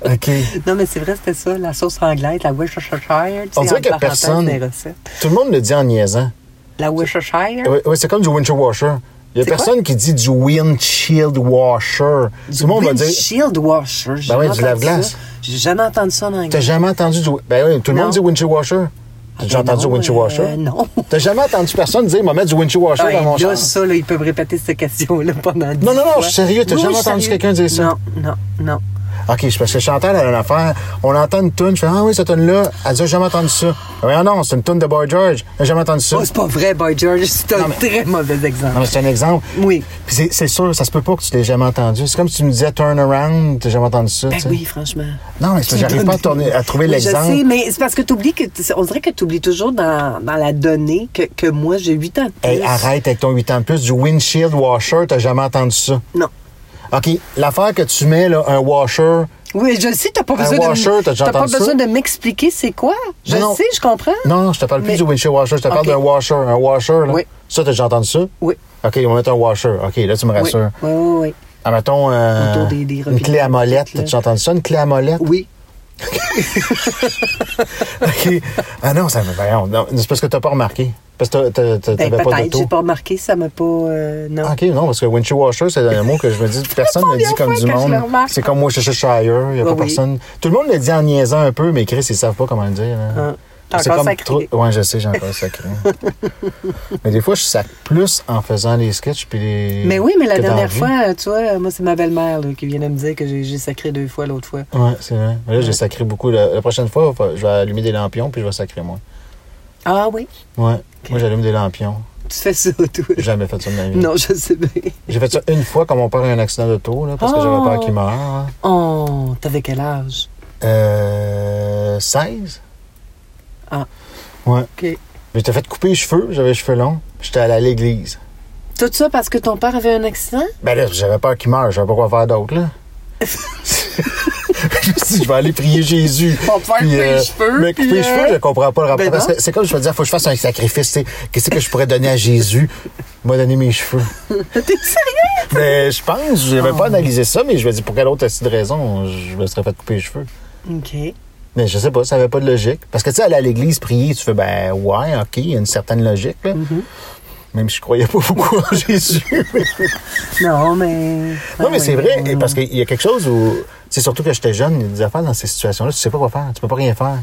[SPEAKER 2] OK.
[SPEAKER 3] Non, mais c'est vrai, c'était ça, la sauce anglaise, la Worcestershire. tu
[SPEAKER 2] On
[SPEAKER 3] sais,
[SPEAKER 2] dirait
[SPEAKER 3] entre
[SPEAKER 2] que
[SPEAKER 3] parenthèses,
[SPEAKER 2] personne-
[SPEAKER 3] des recettes.
[SPEAKER 2] Tout le monde le dit en niaisant.
[SPEAKER 3] La Worcestershire?
[SPEAKER 2] Oui, c'est comme du winter washer. Il y a
[SPEAKER 3] C'est quoi?
[SPEAKER 2] personne qui dit du windshield washer. Tout le monde va dire.
[SPEAKER 3] Shield washer. j'ai
[SPEAKER 2] Ben oui,
[SPEAKER 3] jamais
[SPEAKER 2] du
[SPEAKER 3] entendu
[SPEAKER 2] lave-glace.
[SPEAKER 3] ça. J'ai jamais entendu ça en anglais.
[SPEAKER 2] T'as jamais entendu du. Ben oui, tout le
[SPEAKER 3] Non.
[SPEAKER 2] monde dit windshield washer. T'as déjà
[SPEAKER 3] ben
[SPEAKER 2] entendu
[SPEAKER 3] non,
[SPEAKER 2] windshield
[SPEAKER 3] euh,
[SPEAKER 2] washer?
[SPEAKER 3] non.
[SPEAKER 2] T'as jamais entendu personne dire, m'a mettre du windshield washer
[SPEAKER 3] Ouais,
[SPEAKER 2] dans mon
[SPEAKER 3] là,
[SPEAKER 2] char.
[SPEAKER 3] ça, là, ils peuvent répéter cette question-là pendant dix
[SPEAKER 2] non, non,
[SPEAKER 3] fois.
[SPEAKER 2] je suis sérieux, t'as
[SPEAKER 3] Oui,
[SPEAKER 2] jamais
[SPEAKER 3] oui,
[SPEAKER 2] entendu
[SPEAKER 3] sérieux.
[SPEAKER 2] quelqu'un dire ça?
[SPEAKER 3] Non, non, non.
[SPEAKER 2] OK, c'est parce que Chantal, elle a une affaire. On entend une toune, je fais Ah oui, cette toune-là. Elle dit J'ai jamais entendu ça. Ah non, c'est une toune de Boy George. J'ai jamais entendu ça.
[SPEAKER 3] Oh, c'est pas vrai, Boy George. C'est un
[SPEAKER 2] Non, mais-
[SPEAKER 3] très mauvais exemple.
[SPEAKER 2] Non, mais c'est un exemple.
[SPEAKER 3] Oui.
[SPEAKER 2] Puis c'est- c'est sûr, ça se peut pas que tu l'aies jamais entendu. C'est comme si tu me disais turn around, t'as jamais entendu ça.
[SPEAKER 3] Ben
[SPEAKER 2] tu sais.
[SPEAKER 3] oui, franchement.
[SPEAKER 2] Non, mais c'est-
[SPEAKER 3] Tu me [laughs]
[SPEAKER 2] j'arrive pas à,
[SPEAKER 3] donnes-
[SPEAKER 2] tourner- à trouver
[SPEAKER 3] Oui,
[SPEAKER 2] l'exemple.
[SPEAKER 3] Je sais, mais c'est parce que t'oublies que t- on dirait que tu oublies toujours dans, dans la donnée que, que moi j'ai 8 ans. de plus.
[SPEAKER 2] Hey, arrête avec ton 8 ans de plus, du windshield washer, t'as jamais entendu ça.
[SPEAKER 3] Non.
[SPEAKER 2] OK, l'affaire que tu mets, là, un washer.
[SPEAKER 3] Oui, je le sais, t'as pas besoin
[SPEAKER 2] washer,
[SPEAKER 3] de
[SPEAKER 2] t'as
[SPEAKER 3] m-
[SPEAKER 2] déjà
[SPEAKER 3] t'as pas
[SPEAKER 2] entendu ça?
[SPEAKER 3] besoin de m'expliquer c'est quoi. Je
[SPEAKER 2] Non,
[SPEAKER 3] le
[SPEAKER 2] non.
[SPEAKER 3] sais, je comprends.
[SPEAKER 2] Non, non, je te parle
[SPEAKER 3] Mais-
[SPEAKER 2] plus du windshield washer, je te
[SPEAKER 3] OK.
[SPEAKER 2] parle d'un washer. Un washer, là.
[SPEAKER 3] Oui.
[SPEAKER 2] Ça, t'as déjà entendu ça?
[SPEAKER 3] Oui.
[SPEAKER 2] OK, on va mettre un washer. OK, là, tu me
[SPEAKER 3] Oui,
[SPEAKER 2] rassures.
[SPEAKER 3] oui, oui. oui.
[SPEAKER 2] Ah, mettons, euh,
[SPEAKER 3] Autour des- des
[SPEAKER 2] une
[SPEAKER 3] robinets
[SPEAKER 2] clé à molette.
[SPEAKER 3] là.
[SPEAKER 2] T'as déjà entendu ça, une clé à molette?
[SPEAKER 3] Oui.
[SPEAKER 2] OK. Ah non, ça me... voyons, non, c'est parce que t'as pas remarqué. Parce que t'as- t'as-
[SPEAKER 3] Ben,
[SPEAKER 2] t'avais pas
[SPEAKER 3] peut-être,
[SPEAKER 2] d'auto.
[SPEAKER 3] j'ai pas remarqué, ça m'a pas. euh, non.
[SPEAKER 2] Ah, OK, non, parce que windshield washer, c'est un mot que je me
[SPEAKER 3] [laughs]
[SPEAKER 2] dis, personne ne le dit
[SPEAKER 3] première
[SPEAKER 2] comme
[SPEAKER 3] fois
[SPEAKER 2] du
[SPEAKER 3] que je
[SPEAKER 2] monde.
[SPEAKER 3] le remarque.
[SPEAKER 2] C'est comme Worcestershire, il n'y a
[SPEAKER 3] Oui,
[SPEAKER 2] pas
[SPEAKER 3] oui.
[SPEAKER 2] personne. Tout le monde le dit en niaisant un peu, mais Chris, ils savent pas comment le dire. là.
[SPEAKER 3] Hein. T'as
[SPEAKER 2] C'est
[SPEAKER 3] encore
[SPEAKER 2] comme
[SPEAKER 3] sacré.
[SPEAKER 2] Ouais, je sais, j'ai encore
[SPEAKER 3] [laughs]
[SPEAKER 2] sacré. mais des fois, je sac plus en faisant les sketchs puis les.
[SPEAKER 3] Mais oui, mais la
[SPEAKER 2] que dans
[SPEAKER 3] dernière
[SPEAKER 2] vie.
[SPEAKER 3] fois, euh, tu vois, moi, c'est ma belle-mère là, qui vient de me dire que j'ai j'ai sacré deux fois l'autre fois.
[SPEAKER 2] Ouais, c'est vrai. Mais là, j'ai sacré beaucoup. La, la prochaine fois, faut- je vais allumer des lampions puis je vais sacrer moi.
[SPEAKER 3] Ah oui?
[SPEAKER 2] Ouais. Moi, j'allume des lampions.
[SPEAKER 3] Tu fais ça, toi?
[SPEAKER 2] J'ai jamais fait ça de ma vie.
[SPEAKER 3] Non, je sais bien.
[SPEAKER 2] J'ai fait ça une fois quand mon père a eu un accident d'auto, là, parce que j'avais peur
[SPEAKER 3] Oh.
[SPEAKER 2] qu'il meure.
[SPEAKER 3] Oh, t'avais quel âge?
[SPEAKER 2] Euh. 16?
[SPEAKER 3] Ah.
[SPEAKER 2] Ouais.
[SPEAKER 3] OK.
[SPEAKER 2] J'étais fait couper les cheveux, j'avais les cheveux longs. puis J'étais allé à l'église.
[SPEAKER 3] Tout ça parce que ton père avait un accident?
[SPEAKER 2] Ben là, j'avais peur qu'il meure, j'avais pas quoi faire d'autre,
[SPEAKER 3] [laughs]
[SPEAKER 2] là. je me suis dit, je vais aller prier Jésus.
[SPEAKER 3] On va faire
[SPEAKER 2] Puis, euh,
[SPEAKER 3] couper les cheveux,
[SPEAKER 2] Mais couper
[SPEAKER 3] puis,
[SPEAKER 2] les cheveux,
[SPEAKER 3] euh,
[SPEAKER 2] je comprends pas le rapport.
[SPEAKER 3] ben
[SPEAKER 2] parce
[SPEAKER 3] non.
[SPEAKER 2] que c'est comme je me disais, faut que je fasse un sacrifice, tu sais. Qu'est-ce que je pourrais donner à Jésus? Il m'a donné mes cheveux.
[SPEAKER 3] [laughs] T'es sérieux? Ah.
[SPEAKER 2] Mais je pense, j'avais pas analysé ça, mais je me dis, pour quelle autre petite raison je me serais fait couper les cheveux?
[SPEAKER 3] OK.
[SPEAKER 2] Mais je sais pas, ça avait pas de logique. Parce que tu sais, aller à l'église prier, tu fais ben ouais, ok, il y a une certaine logique là.
[SPEAKER 3] Mm-hmm.
[SPEAKER 2] Même si je croyais pas beaucoup
[SPEAKER 3] [laughs]
[SPEAKER 2] en Jésus.
[SPEAKER 3] Non, mais.
[SPEAKER 2] non, mais c'est vrai,
[SPEAKER 3] et
[SPEAKER 2] parce qu'il y a quelque chose où. C'est surtout que j'étais jeune, il y a des affaires dans ces situations-là, tu sais pas quoi faire, tu peux pas rien faire.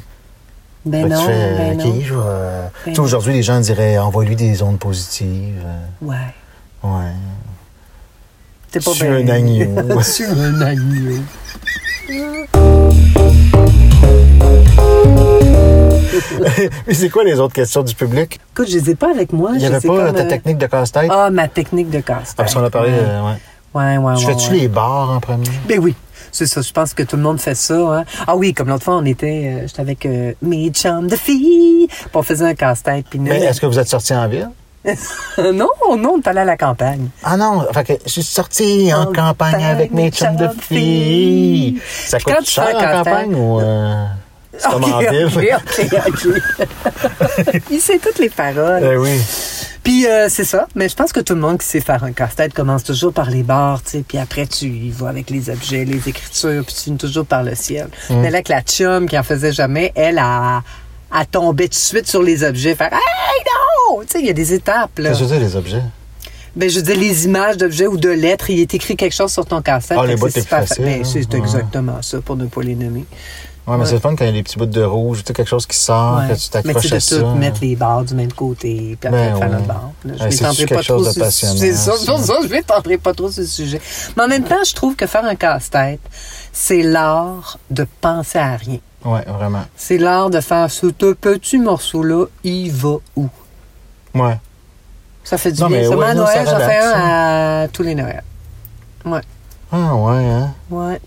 [SPEAKER 3] Ben
[SPEAKER 2] Fait que
[SPEAKER 3] non,
[SPEAKER 2] tu fais,
[SPEAKER 3] ben
[SPEAKER 2] ok,
[SPEAKER 3] non.
[SPEAKER 2] je vais. euh, Tu sais,
[SPEAKER 3] non.
[SPEAKER 2] aujourd'hui, les gens diraient, envoie-lui des ondes positives. euh,
[SPEAKER 3] Ouais.
[SPEAKER 2] Ouais.
[SPEAKER 3] T'es pas
[SPEAKER 2] Suis
[SPEAKER 3] bien.
[SPEAKER 2] un
[SPEAKER 3] [laughs]
[SPEAKER 2] agneau. [laughs]
[SPEAKER 3] Suis un agneau.
[SPEAKER 2] mais c'est quoi les autres questions du public?
[SPEAKER 3] Écoute, je les ai pas avec moi.
[SPEAKER 2] Il y
[SPEAKER 3] Ah, je
[SPEAKER 2] avait
[SPEAKER 3] sais
[SPEAKER 2] pas
[SPEAKER 3] comme,
[SPEAKER 2] ta
[SPEAKER 3] euh,
[SPEAKER 2] technique de casse-tête?
[SPEAKER 3] Ah, ma technique de casse.
[SPEAKER 2] Ah, parce qu'on a parlé.
[SPEAKER 3] Ouais,
[SPEAKER 2] euh, ouais.
[SPEAKER 3] ouais, ouais.
[SPEAKER 2] Tu
[SPEAKER 3] ouais,
[SPEAKER 2] fais-tu
[SPEAKER 3] ouais.
[SPEAKER 2] les bars en premier?
[SPEAKER 3] Ben oui. C'est ça, je pense que tout le monde fait ça. Hein. Ah oui, comme l'autre fois, on était, euh, j'étais avec euh, mes chums de filles, puis on faisait un casse-tête, puis nous-
[SPEAKER 2] Mais est-ce que vous êtes sortis en ville?
[SPEAKER 3] [laughs] non, non, on est allé à la campagne.
[SPEAKER 2] Ah non, fait que je suis sorti en
[SPEAKER 3] En
[SPEAKER 2] campagne
[SPEAKER 3] campagne,
[SPEAKER 2] avec mes chums de filles.
[SPEAKER 3] filles.
[SPEAKER 2] Ça
[SPEAKER 3] Puis quand
[SPEAKER 2] coûte
[SPEAKER 3] tu
[SPEAKER 2] cher
[SPEAKER 3] fais un
[SPEAKER 2] en
[SPEAKER 3] campagne-
[SPEAKER 2] campagne ou euh, c'est comme en
[SPEAKER 3] Ok,
[SPEAKER 2] ville?
[SPEAKER 3] ok, ok, ok. [laughs] Il sait toutes les paroles.
[SPEAKER 2] Eh oui.
[SPEAKER 3] Puis euh, c'est ça, mais je pense que tout le monde qui sait faire un casse-tête commence toujours par les barres, tu sais, puis après tu y vas avec les objets, les écritures, puis tu finis toujours par le ciel.
[SPEAKER 2] Mm.
[SPEAKER 3] Mais là, que la chum qui en faisait jamais, elle a, a tombé tout de suite sur les objets, faire « Hey, non! » Tu sais, il y a des étapes, là.
[SPEAKER 2] Qu'est-ce que je veux dire, les objets?
[SPEAKER 3] Ben, je veux dire, les images d'objets ou de lettres, il est écrit quelque chose sur ton casse-tête.
[SPEAKER 2] Ah, les
[SPEAKER 3] fait que
[SPEAKER 2] bottes,
[SPEAKER 3] c'est
[SPEAKER 2] c'est plus
[SPEAKER 3] super fa-
[SPEAKER 2] facile,
[SPEAKER 3] Ben,
[SPEAKER 2] hein.
[SPEAKER 3] c'est
[SPEAKER 2] Ouais.
[SPEAKER 3] exactement ça, pour ne pas les nommer.
[SPEAKER 2] Ouais, mais c'est le fun quand il y a des petits bouts de rouge, tu sais, quelque chose qui sort,
[SPEAKER 3] Ouais.
[SPEAKER 2] que Ah, tu
[SPEAKER 3] Mais tu
[SPEAKER 2] t'accroches
[SPEAKER 3] sais,
[SPEAKER 2] à
[SPEAKER 3] de
[SPEAKER 2] ça. hein.
[SPEAKER 3] tout mettre les barres du même côté, puis après
[SPEAKER 2] Ben
[SPEAKER 3] faire
[SPEAKER 2] ouais.
[SPEAKER 3] notre barre. Là, Je
[SPEAKER 2] Ouais, c'est-tu
[SPEAKER 3] m'étendrai pas
[SPEAKER 2] quelque
[SPEAKER 3] trop
[SPEAKER 2] chose de
[SPEAKER 3] sur
[SPEAKER 2] passionnant,
[SPEAKER 3] C'est ça, c'est
[SPEAKER 2] ça?
[SPEAKER 3] ça, je m'étendrai pas trop sur le sujet. Mais en même temps, je trouve que faire un casse-tête, c'est l'art de penser à rien.
[SPEAKER 2] Ouais, vraiment.
[SPEAKER 3] C'est l'art de faire ce te- petit morceau-là, il va où?
[SPEAKER 2] Ouais.
[SPEAKER 3] Ça fait du
[SPEAKER 2] Non,
[SPEAKER 3] bien.
[SPEAKER 2] mais
[SPEAKER 3] Ça, moi,
[SPEAKER 2] ouais,
[SPEAKER 3] à
[SPEAKER 2] nous, ça
[SPEAKER 3] Noël, j'en fais
[SPEAKER 2] relaxe, hein.
[SPEAKER 3] un à tous les Noëls.
[SPEAKER 2] Ah ouais, hein.
[SPEAKER 3] Ouais.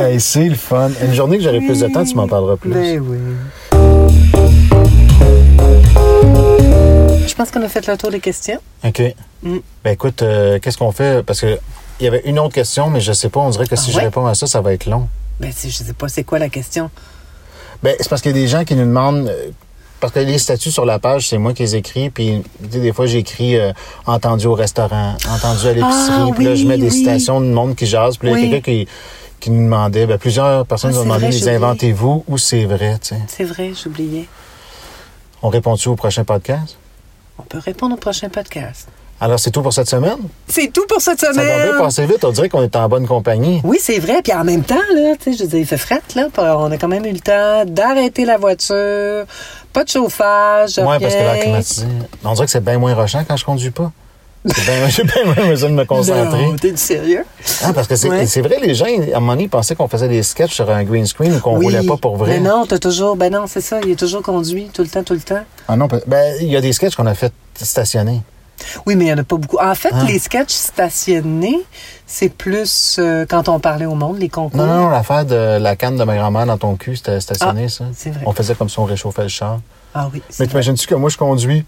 [SPEAKER 2] Hey, c'est le fun. Une journée que j'aurai plus de temps, tu m'en parleras plus.
[SPEAKER 3] Ben oui. Je pense qu'on a fait le tour des questions.
[SPEAKER 2] OK.
[SPEAKER 3] Mm.
[SPEAKER 2] Ben écoute, euh, qu'est-ce qu'on fait? Parce que il y avait une autre question, mais je sais pas, on dirait que si
[SPEAKER 3] Ah
[SPEAKER 2] je
[SPEAKER 3] ouais?
[SPEAKER 2] réponds à ça, ça va être long.
[SPEAKER 3] Ben, c'est- je sais pas c'est quoi la question.
[SPEAKER 2] Ben, c'est parce qu'il y a des gens qui nous demandent. euh, Parce que les statuts sur la page, c'est moi qui les écris. Puis, tu sais, des fois, j'écris euh, entendu au restaurant, entendu à l'épicerie.
[SPEAKER 3] Ah,
[SPEAKER 2] puis là, je mets
[SPEAKER 3] oui,
[SPEAKER 2] des
[SPEAKER 3] oui.
[SPEAKER 2] citations de monde qui jase. Puis là, il y
[SPEAKER 3] Oui.
[SPEAKER 2] a quelqu'un qui, qui nous demandait, ben, plusieurs personnes
[SPEAKER 3] Ah,
[SPEAKER 2] nous ont
[SPEAKER 3] c'est
[SPEAKER 2] demandé,
[SPEAKER 3] vrai,
[SPEAKER 2] les
[SPEAKER 3] j'ai oublié.
[SPEAKER 2] inventez-vous ou c'est vrai, tu sais.
[SPEAKER 3] C'est vrai, j'oubliais.
[SPEAKER 2] On répond-tu au prochain podcast?
[SPEAKER 3] On peut répondre au prochain podcast.
[SPEAKER 2] Alors, c'est tout pour cette semaine.
[SPEAKER 3] C'est tout pour cette
[SPEAKER 2] Ça doit bien
[SPEAKER 3] semaine.
[SPEAKER 2] passer vite. On dirait qu'on est en bonne compagnie.
[SPEAKER 3] Oui, c'est vrai. Puis en même temps, là, tu sais, je veux dire, il fait fret, là. puis euh, On a quand même eu le temps d'arrêter la voiture. Pas de chauffage.
[SPEAKER 2] Ouais, parce que l'air
[SPEAKER 3] rien.
[SPEAKER 2] climatisé. On dirait que c'est bien moins rochant quand je conduis pas. C'est bien- [laughs] J'ai bien moins besoin de me concentrer.
[SPEAKER 3] Non, T'es du sérieux?
[SPEAKER 2] Ah, parce que c'est
[SPEAKER 3] Ouais.
[SPEAKER 2] c'est vrai, les gens, à un moment donné, ils pensaient qu'on faisait des sketchs sur un green screen ou qu'on
[SPEAKER 3] Oui.
[SPEAKER 2] roulait pas pour vrai.
[SPEAKER 3] Mais non, t'as toujours. Ben non, c'est ça. Il est toujours conduit, tout le temps, tout le temps.
[SPEAKER 2] Ah non, parce- ben, il y a des sketchs qu'on a fait stationner.
[SPEAKER 3] Oui, mais il n'y en a pas beaucoup. En fait,
[SPEAKER 2] Ah.
[SPEAKER 3] les sketchs stationnés, c'est plus euh, quand on parlait au monde, les concours.
[SPEAKER 2] Non, non, non, l'affaire de la canne de ma grand-mère dans ton cul, c'était stationné, ça.
[SPEAKER 3] Ah, c'est vrai.
[SPEAKER 2] On faisait comme si on réchauffait le char.
[SPEAKER 3] Ah oui. c'est
[SPEAKER 2] Mais
[SPEAKER 3] vrai.
[SPEAKER 2] t'imagines-tu que moi, je conduis,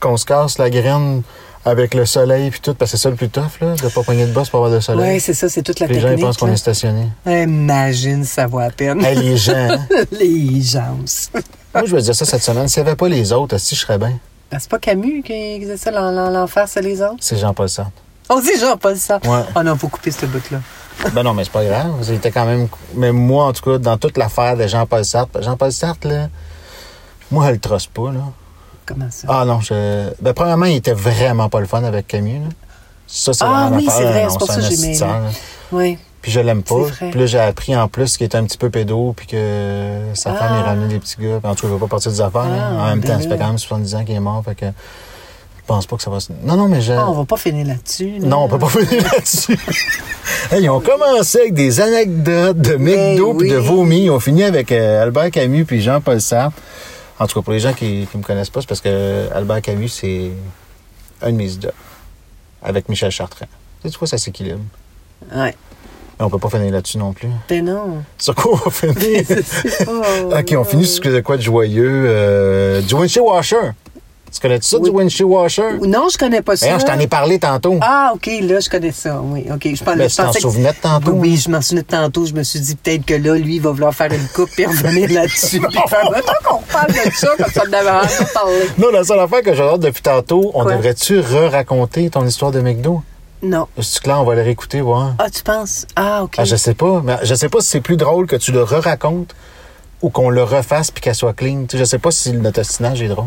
[SPEAKER 2] qu'on se casse la graine avec le soleil puis tout, parce que c'est ça le plus tough, là, de pas pogner de bosse pour avoir le soleil.
[SPEAKER 3] Oui, c'est ça, c'est toute la
[SPEAKER 2] les gens,
[SPEAKER 3] technique.
[SPEAKER 2] ils pensent qu'on
[SPEAKER 3] là.
[SPEAKER 2] est stationné.
[SPEAKER 3] Imagine, ça vaut à peine.
[SPEAKER 2] hey, les gens,
[SPEAKER 3] [laughs]
[SPEAKER 2] hein?
[SPEAKER 3] les gens. [laughs]
[SPEAKER 2] Moi, je veux dire ça cette semaine. S'il n'y avait pas les autres, si je serais bien.
[SPEAKER 3] Ah, c'est pas Camus qui disait ça, l'en- l'en- l'enfer, c'est les autres.
[SPEAKER 2] C'est Jean-Paul Sartre.
[SPEAKER 3] On dit genre pas ça.
[SPEAKER 2] Ouais.
[SPEAKER 3] Oh non, faut couper ce bout-là.
[SPEAKER 2] Ben non, mais c'est pas grave. C'était quand même. Mais moi, en tout cas, dans toute l'affaire de Jean-Paul Sartre, Jean-Paul Sartre, là, moi, je le trosse pas, là.
[SPEAKER 3] Comment ça?
[SPEAKER 2] Ah non, je. Ben, premièrement, il était vraiment pas le fun avec Camus, là. Ça, c'est
[SPEAKER 3] Ah
[SPEAKER 2] vraiment
[SPEAKER 3] oui,
[SPEAKER 2] l'affaire,
[SPEAKER 3] c'est vrai,
[SPEAKER 2] là,
[SPEAKER 3] c'est
[SPEAKER 2] non,
[SPEAKER 3] pour ça que
[SPEAKER 2] un
[SPEAKER 3] j'ai aimé,
[SPEAKER 2] esti de sale,
[SPEAKER 3] là.
[SPEAKER 2] là.
[SPEAKER 3] Oui.
[SPEAKER 2] Puis je l'aime pas.
[SPEAKER 3] C'est vrai.
[SPEAKER 2] Puis là, j'ai appris en plus qu'il était un petit peu pédo, puis que sa
[SPEAKER 3] Ah.
[SPEAKER 2] femme, il ramenait des petits gars. Puis en tout cas, il va pas partir des affaires, là.
[SPEAKER 3] Ah,
[SPEAKER 2] En même
[SPEAKER 3] ben
[SPEAKER 2] temps, ça
[SPEAKER 3] là.
[SPEAKER 2] fait quand même 70 ans qu'il est mort, fait que. Je pense pas que ça va se. Non, non, mais je.
[SPEAKER 3] Ah, on va pas finir là-dessus. là.
[SPEAKER 2] Non, on peut pas finir
[SPEAKER 3] [laughs]
[SPEAKER 2] là-dessus. Hey, ils ont commencé avec des anecdotes de McDo
[SPEAKER 3] Ben
[SPEAKER 2] puis de
[SPEAKER 3] oui.
[SPEAKER 2] vomi. Ils ont fini avec euh, Albert Camus puis Jean-Paul Sartre. En tout cas, pour les gens qui ne me connaissent pas, c'est parce que euh, Albert Camus, c'est un de mes idoles. Avec Michel Chartrand. Tu sais, tu vois, ça s'équilibre.
[SPEAKER 3] Ouais.
[SPEAKER 2] Mais on peut pas finir là-dessus non plus. [laughs]
[SPEAKER 3] Ben non. [laughs]
[SPEAKER 2] Sur quoi on va finir?
[SPEAKER 3] Oh,
[SPEAKER 2] OK, on
[SPEAKER 3] non.
[SPEAKER 2] finit sur de quoi de joyeux. euh, du windshield washer. Tu connais-tu ça,
[SPEAKER 3] Oui.
[SPEAKER 2] du windshield washer?
[SPEAKER 3] Non, je connais pas ça.
[SPEAKER 2] D'ailleurs, je t'en ai parlé tantôt.
[SPEAKER 3] Ah, OK, là, je connais ça. Oui, OK. Je pense,
[SPEAKER 2] Ben,
[SPEAKER 3] je
[SPEAKER 2] tu t'en
[SPEAKER 3] pensais que-
[SPEAKER 2] souvenais de tantôt.
[SPEAKER 3] Oui, je m'en souvenais de tantôt. Je me suis dit peut-être que là, lui, il va vouloir faire une coupe et revenir
[SPEAKER 2] [laughs]
[SPEAKER 3] là-dessus. puis faire, attends qu'on parle de ça, comme ça, on en avait pas parlé.
[SPEAKER 2] Non, la seule affaire que je regarde depuis tantôt, on
[SPEAKER 3] Quoi?
[SPEAKER 2] devrait-tu re-raconter ton histoire de McDo?
[SPEAKER 3] Non.
[SPEAKER 2] C'est que là, on va le réécouter, voir.
[SPEAKER 3] Ah, tu penses? Ah, OK.
[SPEAKER 2] Ah, je sais pas, mais je sais pas si c'est plus drôle que tu le re-racontes ou qu'on le refasse puis qu'elle soit clean. Tu sais, je sais pas si notre ostinage est drôle.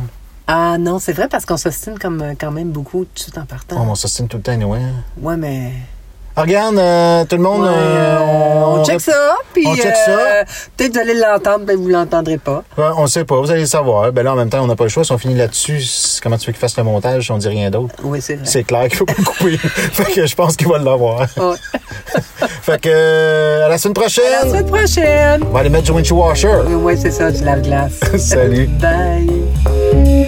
[SPEAKER 3] Ah, non, c'est vrai parce qu'on s'ostine comme, euh, quand même beaucoup tout de suite en
[SPEAKER 2] Oh,
[SPEAKER 3] partant.
[SPEAKER 2] mais on s'ostine tout le temps, anyway.
[SPEAKER 3] Ouais, mais.
[SPEAKER 2] Ah, regarde, euh, tout le monde...
[SPEAKER 3] Ouais,
[SPEAKER 2] euh,
[SPEAKER 3] euh, on, check ça, puis.
[SPEAKER 2] on check
[SPEAKER 3] euh, Peut-être vous allez l'entendre, mais vous l'entendrez pas.
[SPEAKER 2] Ouais, on sait pas, vous allez le savoir. Ben là, en même temps, on n'a pas le choix. Si on finit là-dessus, c'est- comment tu veux qu'il fasse le montage si on dit rien d'autre?
[SPEAKER 3] Oui, c'est vrai.
[SPEAKER 2] C'est clair qu'il faut pas le
[SPEAKER 3] [laughs]
[SPEAKER 2] couper. fait que je pense qu'il va l'avoir.
[SPEAKER 3] Ouais.
[SPEAKER 2] Fait que, euh, à la semaine prochaine!
[SPEAKER 3] À la semaine prochaine!
[SPEAKER 2] On va aller mettre du windshield washer.
[SPEAKER 3] Oui, c'est ça, du lave-glace.
[SPEAKER 2] [laughs] Salut.
[SPEAKER 3] Bye!